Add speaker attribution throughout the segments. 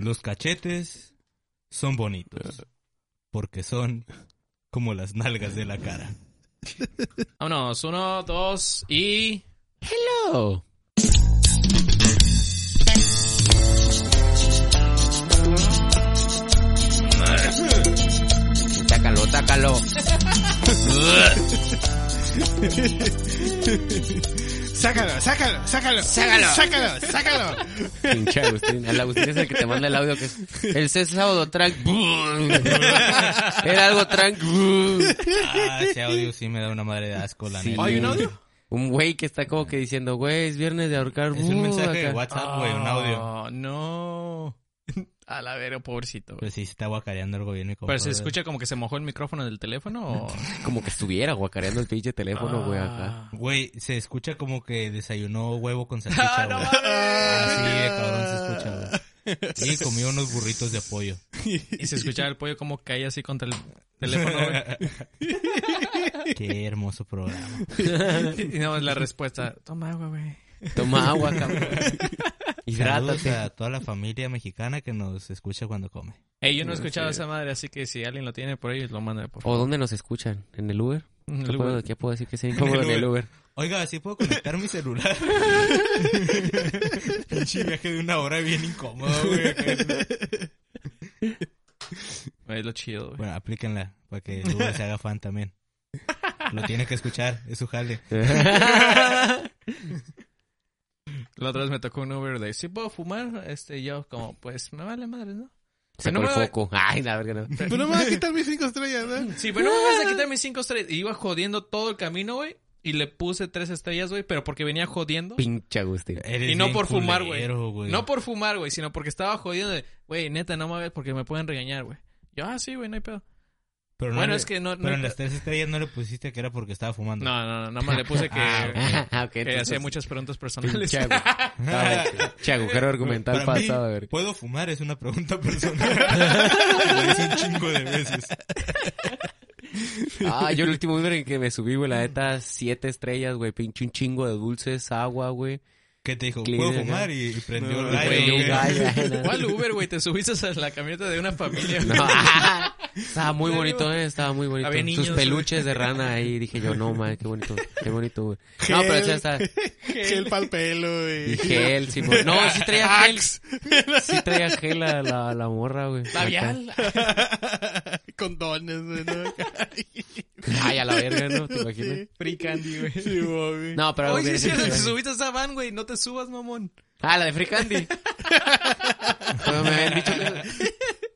Speaker 1: Los cachetes son bonitos porque son como las nalgas de la cara.
Speaker 2: Vámonos, uno, dos y... ¡Hello!
Speaker 3: Tácalo, tácalo.
Speaker 4: Sácalo, sácalo, sácalo.
Speaker 3: Sácalo.
Speaker 4: Sácalo, sácalo.
Speaker 3: Pinche Agustín. El Agustín es el que te manda el audio que es. El sábado track. Era algo track.
Speaker 1: Ah, ese audio sí me da una madre de asco, la
Speaker 3: Sí.
Speaker 1: neta.
Speaker 4: ¿Hay un audio?
Speaker 3: Un güey que está como que diciendo, güey, es viernes de ahorcar.
Speaker 1: Es un
Speaker 3: uh,
Speaker 1: mensaje de
Speaker 3: acá".
Speaker 1: WhatsApp, Ah, güey, un audio.
Speaker 2: Oh, no. A la vera, pobrecito.
Speaker 1: Pero
Speaker 2: güey.
Speaker 1: Pues sí, se está guacareando el gobierno. y como-
Speaker 2: Pero se escucha como que se mojó el micrófono del teléfono o...
Speaker 3: Como que estuviera guacareando el pinche teléfono,
Speaker 2: Ah.
Speaker 3: güey, acá.
Speaker 1: Güey, se escucha como que desayunó huevo con
Speaker 2: Ah,
Speaker 1: salchicha, güey. Así de cabrón se escucha, güey. Y comió unos burritos de pollo.
Speaker 2: Y se escuchaba el pollo como cae así contra el teléfono. güey.
Speaker 1: Qué hermoso programa.
Speaker 2: Y no, es la respuesta. Toma agua, güey.
Speaker 3: Toma agua, cabrón.
Speaker 1: Saludos
Speaker 3: Hidrátate.
Speaker 1: a toda la familia mexicana que nos escucha cuando come.
Speaker 2: Ey, yo no he escuchado esa madre, así que si alguien lo tiene por ahí, lo manda por
Speaker 3: ¿O
Speaker 2: favor.
Speaker 3: dónde nos escuchan? ¿En el Uber?
Speaker 2: En el
Speaker 3: ¿Qué puedo-
Speaker 2: Uber.
Speaker 3: ¿Qué puedo decir que sea incómodo en el Uber?
Speaker 1: Oiga, ¿sí puedo conectar mi celular? Pinche viaje de una hora bien incómodo, güey.
Speaker 2: Es lo chido, güey.
Speaker 1: Bueno, aplíquenla para que el Uber se haga fan también. Lo tiene que escuchar, es su jale.
Speaker 2: La otra vez me tocó un Uber de, ¿sí puedo fumar? Este, y yo como, pues, me vale madre, ¿no?
Speaker 3: Sacó
Speaker 2: no
Speaker 3: el
Speaker 2: me-
Speaker 3: foco. Ay, la verga, no.
Speaker 4: Pero no me va a quitar mis cinco estrellas, ¿no?
Speaker 2: Sí, pero no me vas a quitar mis cinco estrellas. Y iba jodiendo todo el camino, güey. Y le puse tres estrellas, güey, pero porque venía jodiendo.
Speaker 3: Pinche Agustín.
Speaker 1: Eres
Speaker 2: Y no
Speaker 1: bien
Speaker 2: por fumar, güey.
Speaker 1: culero, güey.
Speaker 2: No por fumar, güey, sino porque estaba jodiendo de, güey, neta, no me hagas porque me pueden regañar, güey. Yo, ah, sí, güey, no hay pedo.
Speaker 1: Pero
Speaker 2: bueno,
Speaker 1: le-
Speaker 2: es que no-
Speaker 1: Pero
Speaker 2: no-
Speaker 1: en las tres estrellas no le pusiste que era porque estaba fumando.
Speaker 2: No, no, no, nada más le puse que,
Speaker 3: Ah, ok.
Speaker 2: que
Speaker 3: entonces-
Speaker 2: Eh, hacía muchas preguntas personales.
Speaker 3: Pinche agua. Ah, pinche agujero argumental
Speaker 1: Para mí,
Speaker 3: pasado, a ver.
Speaker 1: ¿Puedo fumar? Es una pregunta personal. Lo hice un chingo de veces.
Speaker 3: Ah, yo el último Uber en que me subí, güey, la neta, siete estrellas, güey, pinche un chingo de dulces, agua, güey.
Speaker 1: ¿Qué te dijo?
Speaker 3: Clean,
Speaker 1: ¿Puedo
Speaker 3: ajá.
Speaker 1: fumar? Y, y prendió
Speaker 4: No,
Speaker 1: el gallo.
Speaker 2: güey,
Speaker 3: Güey,
Speaker 1: güey.
Speaker 3: un gallo. ay, la-
Speaker 2: ¿Cuál Uber, güey? Te subiste a la camioneta de una familia.
Speaker 3: No, ah, estaba muy bonito, eh, estaba muy bonito.
Speaker 2: Había niños,
Speaker 3: Sus peluches de rana ahí, dije yo, no, man, qué bonito, qué bonito, güey. No,
Speaker 4: Gel.
Speaker 3: pero sí, está.
Speaker 4: Gel pa'l pelo, güey.
Speaker 3: Y gel, sí, mo-
Speaker 1: pues,
Speaker 3: no, sí traía gel. Sí traía gel a la, la morra, güey.
Speaker 2: Labial.
Speaker 4: Condones, güey. ¿no?
Speaker 3: Acá. Ay, a la verga, ¿no? ¿Te imaginas?
Speaker 2: Free candy, güey.
Speaker 4: Sí, güey.
Speaker 3: No, pero...
Speaker 2: Oye, sí, es cierto,
Speaker 3: sí,
Speaker 2: te
Speaker 3: sí.
Speaker 2: subiste a esa van, güey. No te subas, mamón.
Speaker 3: Ah, la de Free Candy. Pero me habían dicho que-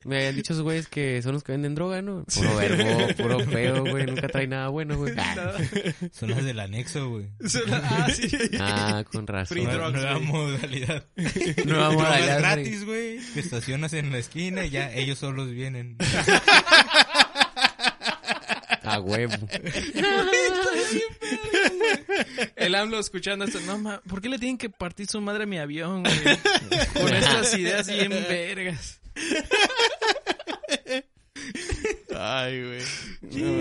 Speaker 3: Me habían dicho esos güeyes que son los que venden droga, ¿no? Puro verbo, puro feo, güey. Nunca trae nada bueno, güey. Ah,
Speaker 1: Son las del anexo, güey.
Speaker 2: Ah, sí.
Speaker 3: Ah, con razón.
Speaker 2: Free
Speaker 1: Nueva,
Speaker 2: drugs,
Speaker 1: nueva
Speaker 2: güey.
Speaker 1: modalidad.
Speaker 3: Nueva
Speaker 1: Drogas
Speaker 3: modalidad,
Speaker 1: gratis, güey. Que estacionas en la esquina y ya ellos solos vienen.
Speaker 3: A huevo.
Speaker 2: El AMLO escuchando esto. No, ma, ¿por qué le tienen que partir su madre a mi avión, güey? Con estas ideas bien vergas.
Speaker 4: Ay, güey.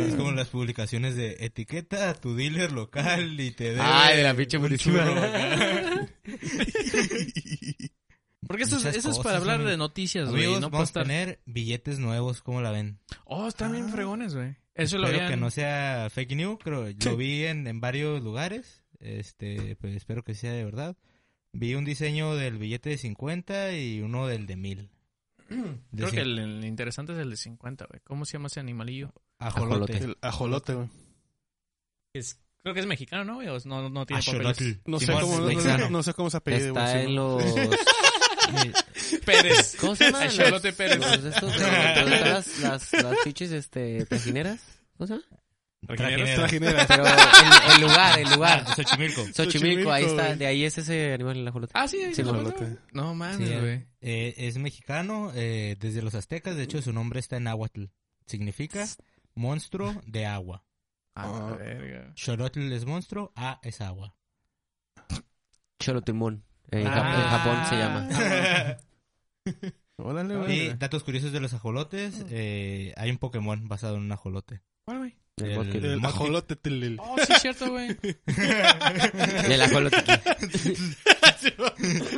Speaker 1: es como las publicaciones de etiqueta a tu dealer local y te debe
Speaker 3: Ay, de la pinche
Speaker 1: un
Speaker 3: municipal.
Speaker 1: churro acá.
Speaker 2: Porque eso, es-
Speaker 1: Muchas
Speaker 2: eso es para
Speaker 1: cosas,
Speaker 2: hablar
Speaker 1: amigo.
Speaker 2: de noticias, güey.
Speaker 1: Amigos,
Speaker 2: No para
Speaker 1: vamos a
Speaker 2: estar...
Speaker 1: tener billetes nuevos, ¿cómo la ven?
Speaker 2: Oh, están bien fregones, güey. Eso lo
Speaker 1: Espero que
Speaker 2: habían...
Speaker 1: no sea fake news, creo. Lo vi en, en varios lugares. Este, pues espero que sea de verdad. Vi un diseño del billete de 50 y uno del de 1000.
Speaker 2: Creo que el, el interesante es el de 50, güey. ¿Cómo se llama ese animalillo?
Speaker 1: ajolote.
Speaker 3: ajolote.
Speaker 4: El ajolote, güey.
Speaker 2: Es- creo que es mexicano, ¿no, güey? O no, no tiene papeles.
Speaker 4: No sé,
Speaker 1: Simón,
Speaker 4: cómo, no,
Speaker 3: mexicano.
Speaker 4: no- no sé cómo se apellida,
Speaker 3: Está en los...
Speaker 2: Pérez.
Speaker 3: ¿Cómo se llaman?
Speaker 2: Acholote
Speaker 3: Los-
Speaker 2: Pérez.
Speaker 3: Los de estos, de- donde están las, las, las pinches, este, trajineras. ¿Cómo se llama?
Speaker 1: Trajineras.
Speaker 4: Trajinera.
Speaker 3: Pero el, el lugar, el lugar.
Speaker 1: Ah, Xochimilco.
Speaker 3: Xochimilco,
Speaker 4: Xochimilco,
Speaker 3: ahí está,
Speaker 4: güey.
Speaker 3: de ahí es ese animal, el ajolote.
Speaker 2: Ah, sí, ahí
Speaker 3: Sí,
Speaker 2: se lo
Speaker 3: no,
Speaker 2: cuento,
Speaker 4: no,
Speaker 2: güey. No
Speaker 1: Sí,
Speaker 2: mames, güey.
Speaker 1: eh, es mexicano, eh, desde los aztecas. De hecho, su nombre está en náhuatl. Significa monstruo de agua.
Speaker 2: Ah,
Speaker 4: Ah.
Speaker 2: verga.
Speaker 1: Xolotl es monstruo, A es agua.
Speaker 3: Cholotemón. En, Jap-
Speaker 2: Ah.
Speaker 3: en Japón se llama.
Speaker 4: Órale,
Speaker 1: Y
Speaker 4: güey.
Speaker 1: datos curiosos de los ajolotes. eh, hay un Pokémon basado en un ajolote.
Speaker 2: ¿Cuál, güey?
Speaker 3: El
Speaker 1: El-
Speaker 3: bosque.
Speaker 4: El
Speaker 1: Mosque.
Speaker 4: ajolote. tilil.
Speaker 2: Oh, sí, es cierto, güey.
Speaker 3: El ajolote.
Speaker 1: No,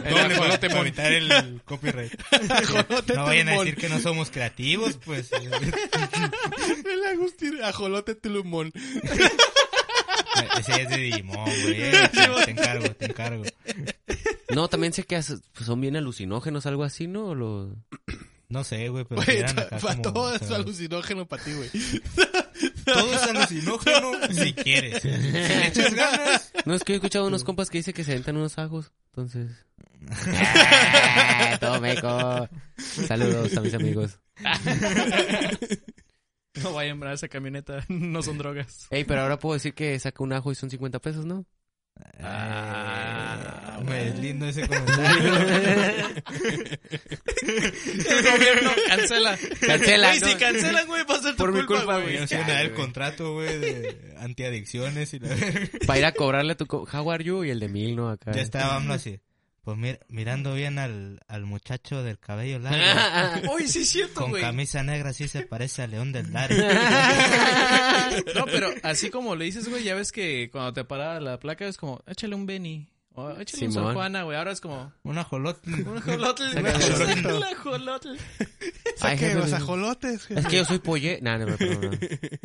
Speaker 3: El ajolote,
Speaker 1: para
Speaker 3: mon.
Speaker 1: evitar el copyright.
Speaker 4: Ajolote
Speaker 1: No vayan a
Speaker 4: Tulumón.
Speaker 1: decir que no somos creativos, pues.
Speaker 4: El Agustín, ajolote tulumón.
Speaker 1: Ese es de Digimon, güey. eh, Te encargo, te encargo.
Speaker 3: No, también sé que as- pues, son bien alucinógenos, algo así, ¿no? Lo-
Speaker 1: No sé, güey, pero
Speaker 4: Güey,
Speaker 1: eran acá
Speaker 4: para
Speaker 1: como,
Speaker 4: todo
Speaker 1: o
Speaker 4: es
Speaker 1: sea,
Speaker 4: alucinógeno para ti, güey.
Speaker 1: todo es alucinógeno si quieres. Si le echas ganas.
Speaker 3: No, es que he escuchado unos compas que dicen que se aventan unos ajos, entonces... ¡Ah, todo meco! Saludos a mis amigos.
Speaker 2: No vayan a embrar esa camioneta, no son drogas.
Speaker 3: Ey, pero ahora puedo decir que saco un ajo y son 50 pesos, ¿no?
Speaker 1: Ah, güey, es lindo ese comentario.
Speaker 2: El gobierno cancela.
Speaker 3: Cancela,
Speaker 2: Güey, si
Speaker 3: ¿no?
Speaker 2: cancelan, güey, va a ser tu
Speaker 3: Por mi culpa,
Speaker 1: Güey,
Speaker 2: güey.
Speaker 1: Nos iban a dar el
Speaker 3: Güey.
Speaker 1: contrato, güey, de antiadicciones y la verga.
Speaker 3: Para ir a cobrarle a tu... co- How are you? Y el de mil, ¿no? Acá.
Speaker 1: Ya estaba AMLO así. Pues mir- mirando bien al, al muchacho del cabello
Speaker 3: Ah,
Speaker 1: largo.
Speaker 3: no,
Speaker 2: Oye, sí es cierto,
Speaker 1: Con
Speaker 2: Ah, güey.
Speaker 1: camisa negra sí se parece a León del Lar.
Speaker 2: No, pero así como le dices, güey, ya ves que cuando te paraba la placa es como, échale un Benny. O échale un San
Speaker 3: Simón.
Speaker 2: Juana, güey. Ahora es como,
Speaker 1: Un ajolote.
Speaker 2: un ajolotl. güey.
Speaker 3: Sácale el
Speaker 2: Sácale
Speaker 4: ajolotl.
Speaker 2: el ajolotl.
Speaker 3: Ay,
Speaker 4: Saque
Speaker 3: jefe,
Speaker 4: los
Speaker 3: no.
Speaker 4: ajolotes.
Speaker 3: Es que yo soy polle... Nah, no, no, no, no.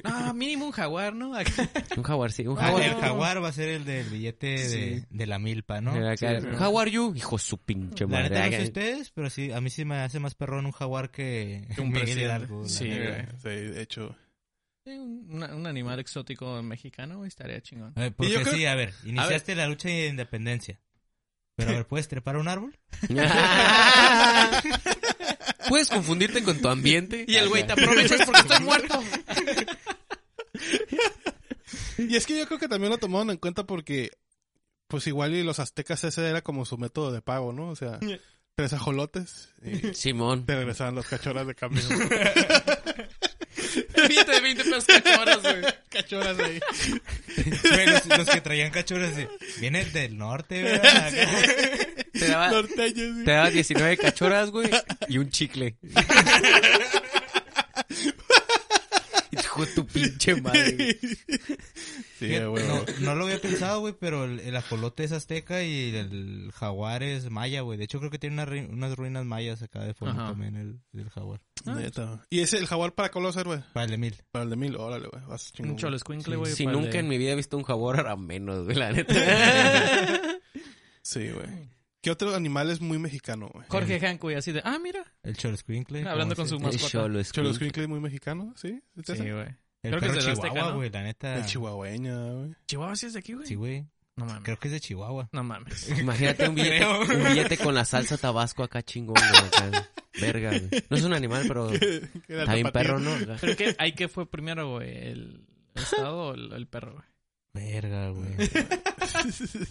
Speaker 2: Ah, mínimo un jaguar, ¿no? Acá.
Speaker 3: Un jaguar, sí. Un
Speaker 1: Ah,
Speaker 3: jaguar.
Speaker 1: el jaguar va a ser el del billete de, de la milpa, ¿no?
Speaker 3: Era
Speaker 1: La
Speaker 3: acá, How are you? Hijo de su pinche madre.
Speaker 1: neta no sé
Speaker 3: Ay,
Speaker 1: ustedes, pero sí, a mí sí me hace más perrón un jaguar que
Speaker 2: Que un
Speaker 1: Miguel
Speaker 2: presidente.
Speaker 1: Hidalgo. la
Speaker 2: Sí,
Speaker 1: neta.
Speaker 2: güey.
Speaker 4: Sí, de hecho.
Speaker 2: Un, un animal exótico mexicano, güey, estaría chingón.
Speaker 1: Eh, Porque
Speaker 4: Y yo creo-
Speaker 1: sí, a ver, iniciaste la lucha de independencia. Pero a ver, ¿puedes trepar un árbol?
Speaker 3: ya. Puedes confundirte con tu ambiente. Ah,
Speaker 2: Y el güey, te aprovechas porque estoy muerto.
Speaker 4: Y es que yo creo que también lo tomaron en cuenta porque, pues igual y los aztecas ese era como su método de pago, ¿no? O sea, tres ajolotes y
Speaker 3: Simón.
Speaker 4: te regresaban las cachoras de cambio.
Speaker 2: Billete de 20 pesos cachoras, güey.
Speaker 4: cachoras ahí.
Speaker 1: Güey, los, los que traían cachorros de... Viene del norte, ¿verdad?
Speaker 3: Te daba,
Speaker 4: Norteños, güey.
Speaker 3: te daba 19 cachoras, güey, y un chicle. Hijo de tu pinche madre.
Speaker 4: Sí,
Speaker 1: Fíjate,
Speaker 4: güey.
Speaker 1: no, no lo había pensado, güey, pero el, el ajolote es azteca y el jaguar es maya, güey. De hecho, creo que tiene una ri- unas ruinas mayas acá de fondo
Speaker 2: Ajá.
Speaker 1: también el, el jaguar.
Speaker 4: Neta. ¿Y ese, el jaguar para cuál lo va a ser, güey?
Speaker 1: Para el de mil.
Speaker 4: Para el de mil, órale, güey. Vas chingón.
Speaker 2: Un
Speaker 4: güey.
Speaker 2: cholo escuincle, güey.
Speaker 3: Si
Speaker 2: para
Speaker 3: nunca
Speaker 2: el-
Speaker 3: en mi vida he visto un jaguar, ahora menos, güey, la neta.
Speaker 4: Sí, güey. ¿Qué otro animal es muy mexicano, güey?
Speaker 2: Jorge Hank, güey, así de, ah, mira.
Speaker 1: El Cholescuincle.
Speaker 2: Ah, Hablando
Speaker 1: ¿cómo
Speaker 2: con
Speaker 1: se-
Speaker 2: su mascota.
Speaker 3: Cholo
Speaker 4: Cholo
Speaker 3: escuincle.
Speaker 4: es muy mexicano, ¿sí? ¿Es ese?
Speaker 2: Sí, güey.
Speaker 1: El
Speaker 2: creo que es
Speaker 1: perro
Speaker 2: del Azteca,
Speaker 1: Chihuahua,
Speaker 2: ¿no?
Speaker 1: güey, la neta.
Speaker 4: El chihuahueña, güey.
Speaker 2: Chihuahua sí es de aquí, güey.
Speaker 1: Sí, güey.
Speaker 2: No mames.
Speaker 1: Creo que es de Chihuahua.
Speaker 2: No mames.
Speaker 3: Imagínate un billete,
Speaker 1: Creo.
Speaker 3: un billete con la salsa tabasco acá chingón, güey, acá. Verga, güey. No es un animal, pero está bien perro, ¿no?
Speaker 2: Pero que ahí que fue primero, güey, el estado o el, el perro, güey.
Speaker 1: Verga, güey.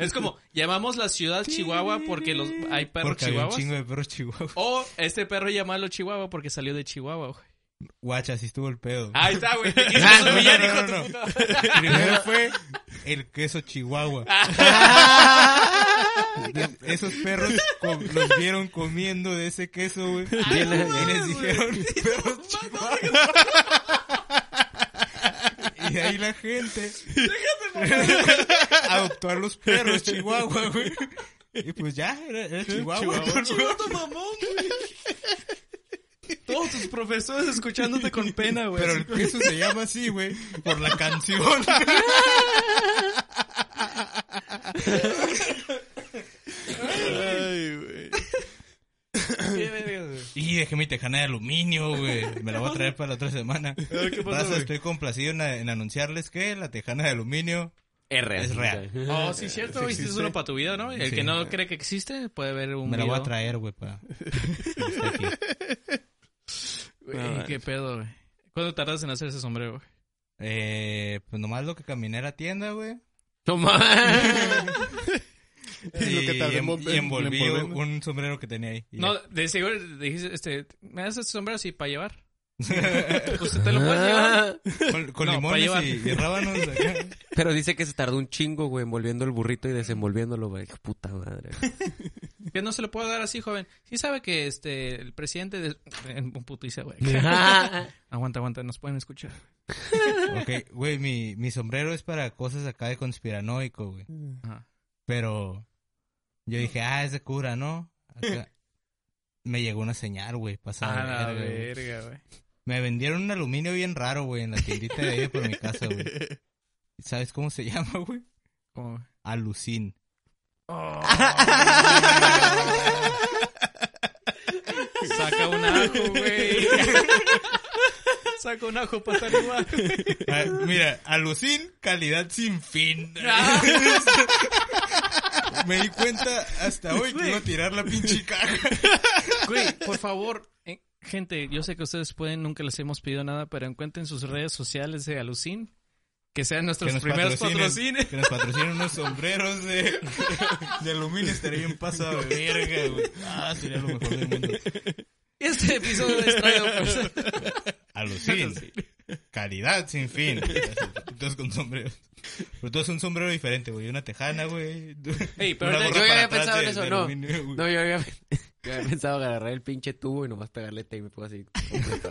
Speaker 2: Es como, llamamos la ciudad Chihuahua porque los hay perros
Speaker 1: Porque había un
Speaker 2: chihuahuas.
Speaker 1: chingo de perros Chihuahua.
Speaker 2: O este perro llamarlo Chihuahua porque salió de Chihuahua, güey.
Speaker 1: Guacha, así estuvo el pedo.
Speaker 2: Ahí está, güey.
Speaker 1: Ah,
Speaker 2: Ah,
Speaker 1: no,
Speaker 2: no,
Speaker 1: no, no, no. Primero fue el queso Chihuahua. De- Esos perros co- los vieron comiendo de ese queso, Ah, güey. Y
Speaker 2: no mames,
Speaker 1: les dijeron perros Chihuahua. Y de ahí la gente adoptó a los perros Chihuahua, güey. Y pues ya, era, era Chihuahua.
Speaker 4: Chihuahua.
Speaker 2: mamón, güey. Todos tus profesores escuchándote con pena, güey.
Speaker 1: Pero el queso se llama así, güey, por la canción.
Speaker 4: Ay, güey.
Speaker 2: Qué verga, güey.
Speaker 1: Y dejé mi tejana de aluminio, güey. Me la voy a traer para la otra semana.
Speaker 2: ver, ¿qué pasó,
Speaker 1: Raza,
Speaker 2: güey?
Speaker 1: estoy complacido en, en anunciarles que la tejana de aluminio
Speaker 3: R.
Speaker 1: es real.
Speaker 2: Oh, sí, cierto, güey. Este es
Speaker 4: existe.
Speaker 2: uno para tu vida, ¿no? El
Speaker 1: Eh, Sí.
Speaker 2: que no cree que existe puede ver un
Speaker 1: Me la voy a
Speaker 2: video.
Speaker 1: traer, güey, Este para...
Speaker 2: Güey, qué pedo, güey. ¿Cuánto tardas en hacer ese sombrero, güey?
Speaker 1: Eh, pues nomás lo que caminé a la tienda, güey.
Speaker 3: No mames.
Speaker 4: Y lo que tardé
Speaker 1: y
Speaker 4: en-
Speaker 1: y envolví
Speaker 4: en
Speaker 1: un,
Speaker 4: envolverlo.
Speaker 1: un sombrero que tenía ahí. y
Speaker 2: No,
Speaker 1: ya.
Speaker 2: de seguro dijiste, este, ¿me das este sombrero así para llevar? Pues te lo
Speaker 3: Ah.
Speaker 2: puedes llevar.
Speaker 1: Con, con
Speaker 2: No, pa'
Speaker 1: limones
Speaker 2: llevar.
Speaker 1: y, y rábanos. acá.
Speaker 3: Pero dice que se tardó un chingo, güey, envolviendo el burrito y desenvolviéndolo, güey. Qué Puta madre.
Speaker 2: Que no se lo puedo dar así, joven. Sí sabe que, este, el presidente de... Un putiza, güey. aguanta, aguanta, nos pueden escuchar.
Speaker 1: Ok, güey, mi,
Speaker 4: Mm.
Speaker 1: mi sombrero es para cosas acá de conspiranoico, güey.
Speaker 2: Ajá.
Speaker 1: Pero Yo dije, ah, es de cura, ¿no? Acá. Me llegó una señal, güey, pasada.
Speaker 2: A
Speaker 1: de
Speaker 2: Ah, la
Speaker 1: verga, güey.
Speaker 2: verga, güey.
Speaker 1: Me vendieron un aluminio bien raro, güey, en la tiendita de ahí por mi casa, güey. ¿Sabes cómo se llama, güey?
Speaker 2: ¿Cómo?
Speaker 1: Alucin.
Speaker 2: Oh. Saca un ajo, güey. Saca un ajo para estar igual.
Speaker 1: Ah, Mira, alucin, calidad sin fin.
Speaker 3: Ah.
Speaker 1: Me di cuenta hasta hoy que iba a tirar la pinche caja.
Speaker 2: Güey, por favor. eh, gente, yo sé que ustedes pueden, nunca les hemos pedido nada, pero encuentren sus redes sociales de Alucin. Que sean nuestros primeros patrocines.
Speaker 1: Que nos patrocinen unos sombreros de, de aluminio. Estaría bien pasado de verga, güey. Ah, sería lo mejor del mundo.
Speaker 2: Este episodio está de
Speaker 1: Alucin. Calidad sin fin. Todos con sombreros. Pero todos un sombrero diferente, güey. Una tejana, güey.
Speaker 2: Ey, pero
Speaker 1: Una
Speaker 2: yo
Speaker 1: gorra
Speaker 3: ya había
Speaker 1: para atrás
Speaker 3: pensado en
Speaker 1: de-
Speaker 3: eso,
Speaker 1: de
Speaker 3: no.
Speaker 1: aluminio, güey.
Speaker 3: No, yo había, yo había pensado agarrar el pinche tubo y nomás pegarle tape y me pongo así. completo,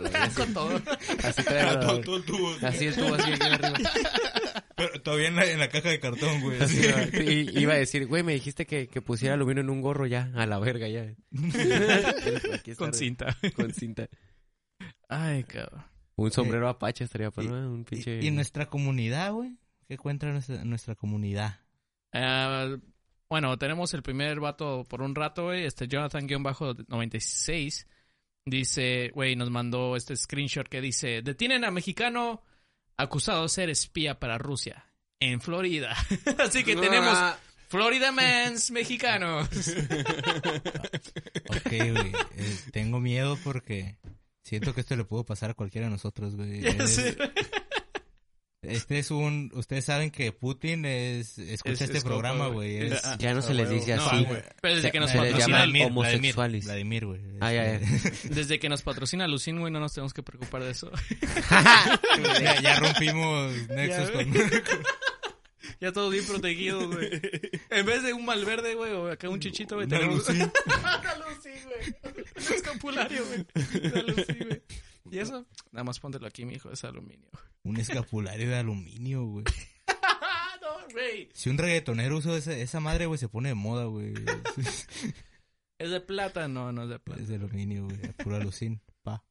Speaker 3: la vida, así.
Speaker 2: Con todo.
Speaker 3: Así,
Speaker 1: Ah, todo-
Speaker 3: traerlo,
Speaker 1: todo el tubo.
Speaker 3: así el tubo así aquí arriba.
Speaker 1: Pero todavía en la, en la caja de cartón, güey.
Speaker 3: Así,
Speaker 1: así.
Speaker 3: sí, iba a decir, güey, me dijiste que, que pusiera aluminio en un gorro ya, a la verga ya. Aquí está,
Speaker 2: Con cinta.
Speaker 3: Con cinta.
Speaker 2: Ay, cabrón.
Speaker 3: Un sombrero apache estaría para
Speaker 1: y-
Speaker 3: un pinche.
Speaker 1: Y, y nuestra comunidad, güey. ¿Qué cuenta nuestra, nuestra comunidad?
Speaker 2: Ah, bueno, tenemos el primer vato por un rato, güey. Este Jonathan-96 dice, güey, nos mandó este screenshot que dice: Detienen a mexicano acusado de ser espía para Rusia en Florida. Así que tenemos
Speaker 3: Ah.
Speaker 2: Florida Mans mexicanos.
Speaker 1: Ok, güey. eh, tengo miedo porque siento que esto le pudo pasar a cualquiera de nosotros, güey. Es- Este es un... Ustedes saben que Putin es... Escucha
Speaker 2: Es-
Speaker 1: este
Speaker 2: es
Speaker 1: programa,
Speaker 2: compa,
Speaker 1: güey.
Speaker 2: güey.
Speaker 1: Es...
Speaker 2: Ah,
Speaker 3: Ya no se
Speaker 4: Ah,
Speaker 3: les
Speaker 4: huevo.
Speaker 3: dice
Speaker 4: No,
Speaker 3: así.
Speaker 4: güey.
Speaker 2: Pero desde
Speaker 1: Se-
Speaker 2: que nos
Speaker 3: se les
Speaker 1: Vladimir,
Speaker 2: patrocina,
Speaker 3: llama-
Speaker 1: Vladimir,
Speaker 3: homosexuales.
Speaker 1: Vladimir, güey. Este,
Speaker 3: Ah, ya,
Speaker 2: desde que nos patrocina Lucín, güey, no nos tenemos que preocupar de eso.
Speaker 1: Ya, ya rompimos nexos con...
Speaker 2: Ya todos bien protegidos, güey. En vez de un malverde, güey, o acá un chichito, güey,
Speaker 1: Una
Speaker 2: tenemos...
Speaker 1: Lucín.
Speaker 2: Alucí, güey. Un escapulario, güey. Alucí, güey. Y eso, nada más póntelo aquí, mijo, es aluminio.
Speaker 1: Un escapulario de aluminio, güey.
Speaker 2: ¡Ah, no, güey!
Speaker 1: Si un reggaetonero usa esa, esa madre, güey, se pone de moda, güey. Es,
Speaker 2: ¿Es de plata? No, no es de plata.
Speaker 1: es de aluminio, güey. a Puro alucin. Pa.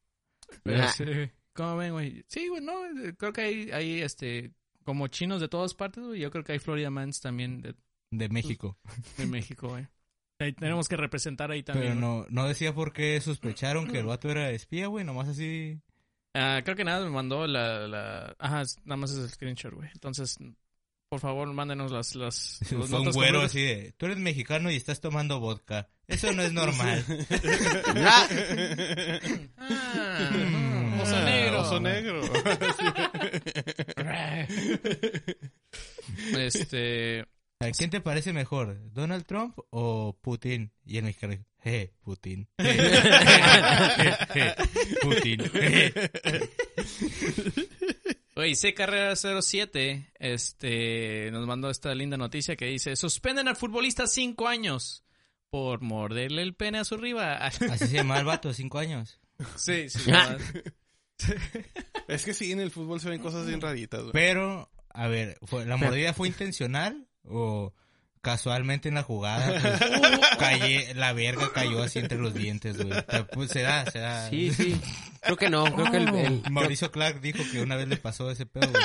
Speaker 2: Pero
Speaker 3: Ah.
Speaker 2: sí, güey. ¿Cómo ven, güey? Sí, güey, no, eh, creo que hay, hay, este, como chinos de todas partes, güey. Yo creo que hay Florida Mans también de,
Speaker 1: De México.
Speaker 2: de México, güey. Ahí tenemos que representar ahí también.
Speaker 1: Pero
Speaker 2: güey.
Speaker 1: no, no decía por qué sospecharon que el vato era espía, güey. Nomás así.
Speaker 2: Ah, creo que nada, me mandó la, la... Ajá, es- nada más es el screenshot, güey. Entonces, por favor, mándenos las... las
Speaker 1: Fue
Speaker 2: los
Speaker 1: un
Speaker 2: notas
Speaker 1: güero
Speaker 2: completas.
Speaker 1: así de. Tú eres mexicano y estás tomando vodka. Eso no es normal.
Speaker 2: Ah,
Speaker 1: Mm.
Speaker 2: oso
Speaker 1: Ah,
Speaker 2: negro.
Speaker 4: Oso negro.
Speaker 2: este...
Speaker 1: ¿A quién te parece mejor? ¿Donald Trump o Putin? Y el mexicano dijo, eh, Putin. Putin.
Speaker 2: Güey, C Carrera 07 este, nos mandó esta linda noticia que dice: Suspenden al futbolista cinco años por morderle el pene a su rival. Ah.
Speaker 1: Así se llamaba el vato, cinco años.
Speaker 2: sí, sí. no,
Speaker 4: Es que sí, en el fútbol se ven cosas bien raritas,
Speaker 3: Pues,
Speaker 4: güey.
Speaker 1: Pero, a ver, ¿fue, ¿la mordida fue intencional o casualmente en la jugada? pues, calle- la verga cayó así entre los dientes, güey. O sea, Pues se da, se da.
Speaker 3: Sí, sí. Creo que no, creo que el,
Speaker 2: Oh.
Speaker 3: el-
Speaker 1: Mauricio Clark dijo que una vez le pasó ese pedo, güey.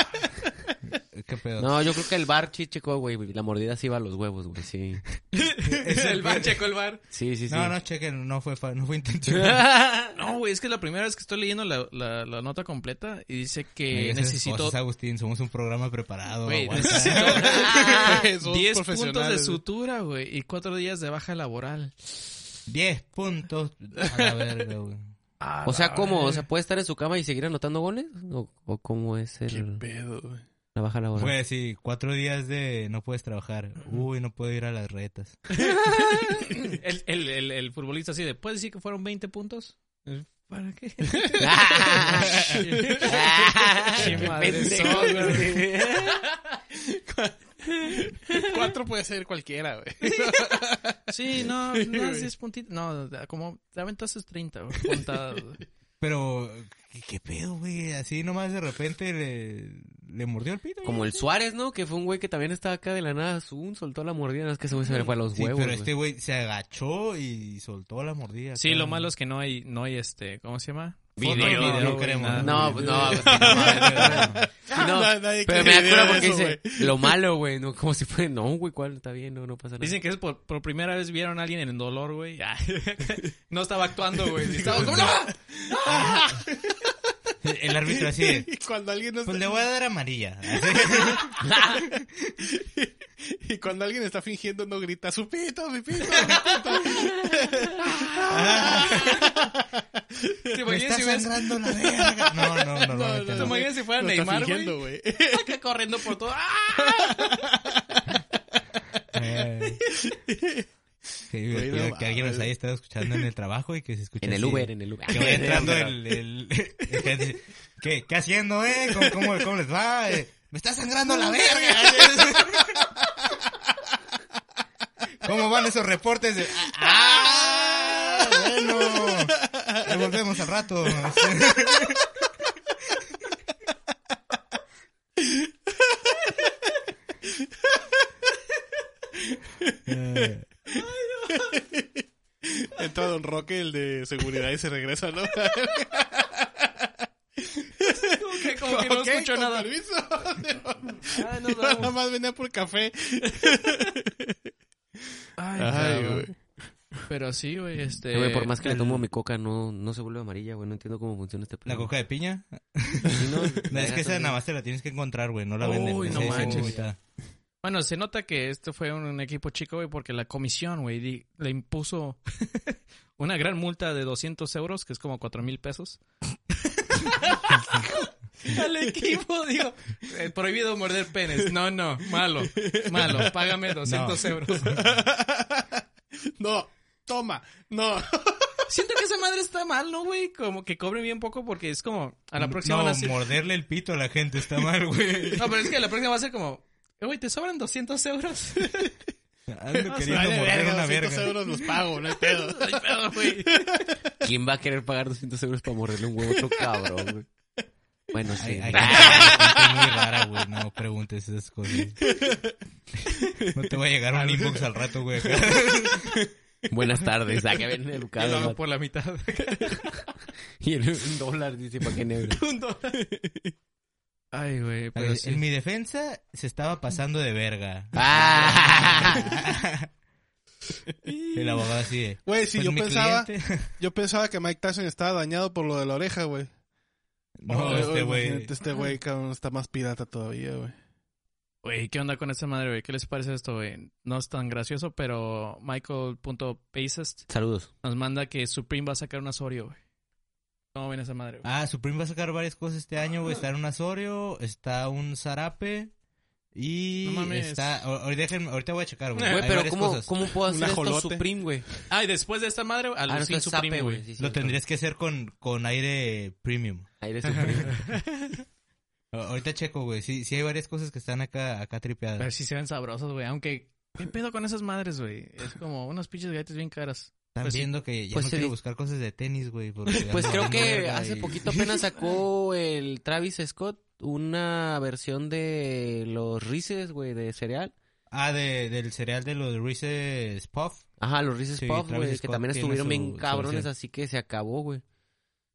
Speaker 1: ¿Qué pedo?
Speaker 3: No, yo creo que el bar sí checó, güey. La mordida sí iba a los huevos, güey, sí.
Speaker 1: Es
Speaker 2: el bar, checo el bar.
Speaker 3: Sí, sí, sí.
Speaker 1: No, no, chequen, no fue, fa- no fue intencional.
Speaker 2: No, güey, es que es la primera vez que estoy leyendo la, la- la nota completa y dice
Speaker 3: Eh,
Speaker 1: Mira,
Speaker 2: que
Speaker 1: esas
Speaker 2: necesitó.
Speaker 1: cosas, Agustín, somos un programa preparado.
Speaker 2: Güey,
Speaker 1: aguanta.
Speaker 2: necesito
Speaker 4: Somos
Speaker 2: 10 puntos de
Speaker 4: profesionales.
Speaker 2: sutura, güey, y cuatro días de baja laboral.
Speaker 1: Diez puntos. A la verga, güey.
Speaker 3: O sea, ¿cómo? O sea, ¿puede estar en su cama y seguir anotando goles? ¿O, o cómo es
Speaker 4: Qué
Speaker 3: el,
Speaker 4: pedo, güey.
Speaker 3: la baja laboral?
Speaker 1: Pues sí, cuatro días de no puedes trabajar. Uy, no puedo ir a las retas.
Speaker 2: El, el, el, el futbolista así de, ¿puedes decir que fueron 20 puntos? ¿Para qué?
Speaker 3: ¡Qué
Speaker 2: madrezón, güey.
Speaker 4: Cuatro puede ser cualquiera, güey.
Speaker 2: Sí, no, no, 10 puntitos. No, como te aventaste 30, güey, puntadas, güey.
Speaker 1: Pero, ¿qué, qué pedo, güey? Así nomás de repente le, le mordió el pito.
Speaker 3: Como
Speaker 1: ya.
Speaker 3: el Suárez, ¿no? Que fue un güey que también estaba acá de la nada. Zoom, soltó la mordida. No es que ese güey se le fue a los
Speaker 1: Sí,
Speaker 3: huevos.
Speaker 1: pero
Speaker 3: güey.
Speaker 1: este güey se agachó y soltó la mordida.
Speaker 2: Sí,
Speaker 1: acá.
Speaker 2: lo malo es que no hay, no hay este, ¿cómo se llama?
Speaker 3: Video,
Speaker 2: Foto,
Speaker 3: no,
Speaker 2: video,
Speaker 1: no
Speaker 2: güey,
Speaker 1: queremos,
Speaker 2: nada.
Speaker 3: No, pues, no, pues, no, no,
Speaker 4: Nadie- nadie
Speaker 3: pero me
Speaker 4: quiere
Speaker 3: acuerdo
Speaker 4: ver
Speaker 3: porque
Speaker 4: eso,
Speaker 3: dice lo malo, güey, no, como si fuera, no, güey, cuál, está bien, no, no pasa nada.
Speaker 2: Dicen que es por, por primera vez vieron a alguien en dolor, güey. Ah, no estaba actuando, güey. Estaba como, ¡No!
Speaker 1: El árbitro así de,
Speaker 4: Y cuando alguien no
Speaker 1: Pues le
Speaker 4: está-
Speaker 1: voy a dar amarilla.
Speaker 4: y cuando alguien está fingiendo no grita su pito, mi pito, mi pito".
Speaker 2: ¿Te
Speaker 1: "Ah, Me
Speaker 2: imaginas
Speaker 1: está
Speaker 2: si ves-
Speaker 1: sangrando la verga. No, no, normalmente
Speaker 2: ¿Te
Speaker 1: no.
Speaker 2: imaginas si fuera
Speaker 4: Lo está
Speaker 2: Neymar,
Speaker 4: fingiendo,
Speaker 2: güey?
Speaker 4: güey.
Speaker 2: Acá corriendo por todo. ¡Ah!
Speaker 1: Eh, Sí,
Speaker 4: Güey,
Speaker 1: que-
Speaker 4: no
Speaker 1: que alguien nos
Speaker 4: mames.
Speaker 1: haya estado escuchando en el trabajo y que se escuche
Speaker 3: en el
Speaker 1: así.
Speaker 3: Uber, en el Uber.
Speaker 1: Que vaya entrando el... el, el que dice, ¿qué, ¿Qué haciendo, eh? ¿Cómo, cómo, cómo les va? Eh, ¡Me está sangrando la verga! ¿Cómo van esos reportes? de- ¡Ah! Bueno, Ahí volvemos al rato. Eh,
Speaker 4: Entra Don Roque, el de seguridad, y se regresa, ¿no?
Speaker 2: Como que, como que no
Speaker 4: Ok,
Speaker 2: escuchó
Speaker 4: con
Speaker 2: nada.
Speaker 4: permiso.
Speaker 2: Ah, nos
Speaker 4: Yo nada
Speaker 2: vemos.
Speaker 4: más venía por café.
Speaker 2: Ay,
Speaker 4: Ay,
Speaker 2: cabrón.
Speaker 4: güey.
Speaker 2: Pero sí, güey, este...
Speaker 3: Eh, güey, por más que le
Speaker 2: el-
Speaker 3: tomo mi coca, no, no se vuelve amarilla, güey, no entiendo cómo funciona este
Speaker 1: ¿La
Speaker 3: pedo.
Speaker 1: coca de piña?
Speaker 3: Sí, no,
Speaker 1: No, es
Speaker 3: ya
Speaker 1: que esa
Speaker 3: todo
Speaker 1: nada
Speaker 3: bien.
Speaker 1: más te la tienes que encontrar, güey. No la venden.
Speaker 2: Uy,
Speaker 1: Esa
Speaker 2: no
Speaker 1: es
Speaker 2: manches.
Speaker 1: ilimitada.
Speaker 2: Bueno, se nota que este fue un, un equipo chico, güey, porque la comisión, güey, di- le impuso una gran multa de 200 euros, que es como 4 mil pesos. Al equipo, digo, eh, prohibido morder penes. No, no, malo, malo, págame 200 euros.
Speaker 4: No, toma, no.
Speaker 2: Siento que esa madre está mal, ¿no, güey? Como que cobre bien poco porque es como, a la próxima
Speaker 1: No,
Speaker 2: van a ser...
Speaker 1: morderle el pito a la gente está mal, güey.
Speaker 2: No, pero es que la próxima va a ser como, eh, güey, ¿te sobran 200 euros? Ah,
Speaker 1: Ando queriendo
Speaker 4: Vale,
Speaker 1: morder
Speaker 4: verga,
Speaker 1: una
Speaker 4: 200
Speaker 1: verga.
Speaker 4: euros los pago, no hay pedo.
Speaker 2: Ay, pero, güey.
Speaker 3: ¿Quién va a querer pagar 200 euros para morderle un huevo a otro cabrón, güey? Bueno, sí.
Speaker 1: Hay, hay
Speaker 3: Ah,
Speaker 1: gente muy rara, güey. No preguntes esas cosas. No te va a llegar un inbox al rato, güey.
Speaker 3: Buenas tardes, ah, que bien educado.
Speaker 2: Y lo hago
Speaker 3: vato.
Speaker 2: por la mitad.
Speaker 3: Y el- un dólar, dice, ¿para qué negro?
Speaker 2: un dólar. Ay, güey,
Speaker 1: A
Speaker 2: pero
Speaker 1: ver,
Speaker 2: sí.
Speaker 1: En mi defensa, se estaba pasando de verga.
Speaker 3: ¡Ah!
Speaker 1: El abogado así de...
Speaker 4: Güey, si
Speaker 1: pues,
Speaker 4: yo
Speaker 1: mi
Speaker 4: pensaba,
Speaker 1: cliente-
Speaker 4: yo pensaba que Mike Tyson estaba dañado por lo de la oreja, güey.
Speaker 1: No,
Speaker 4: Oh,
Speaker 1: este güey...
Speaker 4: imagínate, Este güey, cabrón, está más pirata todavía, güey.
Speaker 2: Güey, ¿qué onda con esa madre, güey? ¿Qué les parece esto, güey? No es tan gracioso, pero Michael.Pacest
Speaker 3: Saludos.
Speaker 2: nos manda que Supreme va a sacar un Asorio, güey. ¿Cómo ven esa madre, güey?
Speaker 1: Ah, Supreme va a sacar varias cosas este año, güey. Está un Asorio, está un Zarape y
Speaker 2: No mames.
Speaker 1: está... ahor- ahor- déjenme- ahorita voy a checar, güey.
Speaker 3: Güey,
Speaker 1: Hay
Speaker 3: pero
Speaker 1: varias
Speaker 3: ¿cómo,
Speaker 1: cosas.
Speaker 3: ¿cómo puedo hacer
Speaker 4: Un
Speaker 3: esto
Speaker 4: ajolote.
Speaker 3: Supreme, güey?
Speaker 2: Ah, y después de esta madre, a
Speaker 3: Ah, no,
Speaker 2: Lucín
Speaker 3: está
Speaker 2: Supreme,
Speaker 3: Zape,
Speaker 2: güey.
Speaker 3: güey. sí,
Speaker 1: Lo
Speaker 3: cierto.
Speaker 1: tendrías que hacer con, con aire premium.
Speaker 3: Aire Supreme.
Speaker 1: A- Ahorita checo, güey. Sí, sí hay varias cosas que están acá, acá
Speaker 2: Pero
Speaker 1: tripeadas.
Speaker 2: sí se ven sabrosos, güey. Aunque, ¿qué pedo con esas madres, güey? Es como unos pinches galletas bien caras.
Speaker 1: Están
Speaker 2: pues sí.
Speaker 1: viendo que ya
Speaker 3: Pues
Speaker 1: no
Speaker 3: sí.
Speaker 1: quiero buscar cosas de tenis, güey. porque
Speaker 3: Pues
Speaker 1: ando
Speaker 3: creo
Speaker 1: valiendo
Speaker 3: que
Speaker 1: verga
Speaker 3: hace
Speaker 1: y-
Speaker 3: poquito apenas sacó el Travis Scott una versión de los Reese's, güey, de cereal.
Speaker 1: Ah, de, del cereal de los Reese's Puff.
Speaker 3: Ajá, los Reese's
Speaker 1: Sí,
Speaker 3: Puff,
Speaker 1: Travis
Speaker 3: güey, que
Speaker 1: Scott
Speaker 3: también
Speaker 1: tiene
Speaker 3: estuvieron
Speaker 1: su-
Speaker 3: bien
Speaker 1: su
Speaker 3: cabrones,
Speaker 1: versión.
Speaker 3: así que se acabó, güey.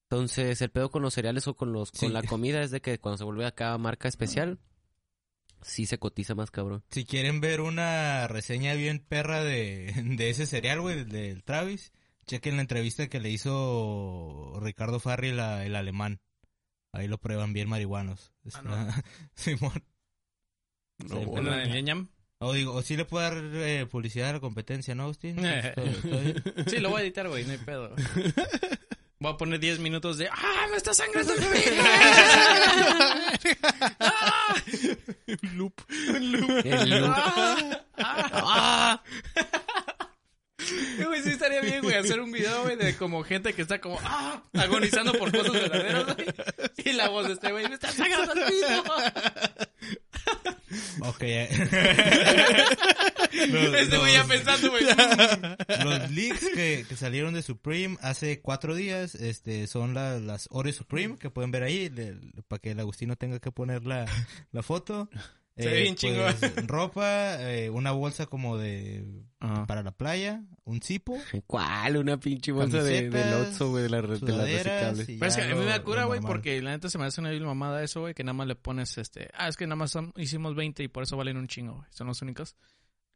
Speaker 3: Entonces, el pedo con los cereales o con los con
Speaker 1: Sí.
Speaker 3: la comida es de que cuando se vuelve acá marca especial, sí se cotiza más, cabrón.
Speaker 1: Si quieren ver una reseña bien perra de, de ese cereal, güey, del, del Travis, chequen la entrevista que le hizo Ricardo Farril, a- el alemán. Ahí lo prueban bien marihuanos.
Speaker 2: Ah, no.
Speaker 1: Está- Simón.
Speaker 4: No,
Speaker 1: Sí,
Speaker 4: güey.
Speaker 1: bueno.
Speaker 2: ¿En la del Ñam?
Speaker 1: O digo, o sí le puedo dar eh, publicidad a la competencia, ¿no, Agustín? Está- está bien.
Speaker 2: Sí, lo voy a editar, güey, no hay pedo. Voy a poner 10 minutos de ¡Ah, me está sangrando el pene! ¡Ah!
Speaker 4: Loop.
Speaker 3: El loop.
Speaker 2: ¡Ah! ¡Ah! Güey, sí estaría bien, güey, hacer un video, güey, de como gente que está como ¡Ah! agonizando por cosas verdaderas, güey. Y la voz de este güey, ¡me está sangrando el pito!
Speaker 1: Ok. eh.
Speaker 2: Este güey ya pensando, güey.
Speaker 1: Los leaks que, que salieron de Supreme hace cuatro días este, son la- las Oreo Supreme que pueden ver ahí para que el Agustino tenga que poner la, la foto. Eh, pues,
Speaker 2: Se ve bien chingón.
Speaker 1: Ropa, eh, una bolsa como de para la playa, un cipo,
Speaker 3: ¿Cuál? Una pinche bolsa de, del
Speaker 1: Camisetas,
Speaker 3: Otso, güey, de, la, re- de las
Speaker 1: sudaderas.
Speaker 3: reciclables.
Speaker 1: y
Speaker 2: Pero es que
Speaker 1: ya
Speaker 2: a mí me da
Speaker 1: lo-
Speaker 2: cura,
Speaker 1: lo
Speaker 2: güey,
Speaker 1: normal.
Speaker 2: porque la neta se me hace una vil mamada eso, güey, que nada más le pones este. Ah, es que nada más son- hicimos 20 y por eso valen un chingo, güey. Son los únicos.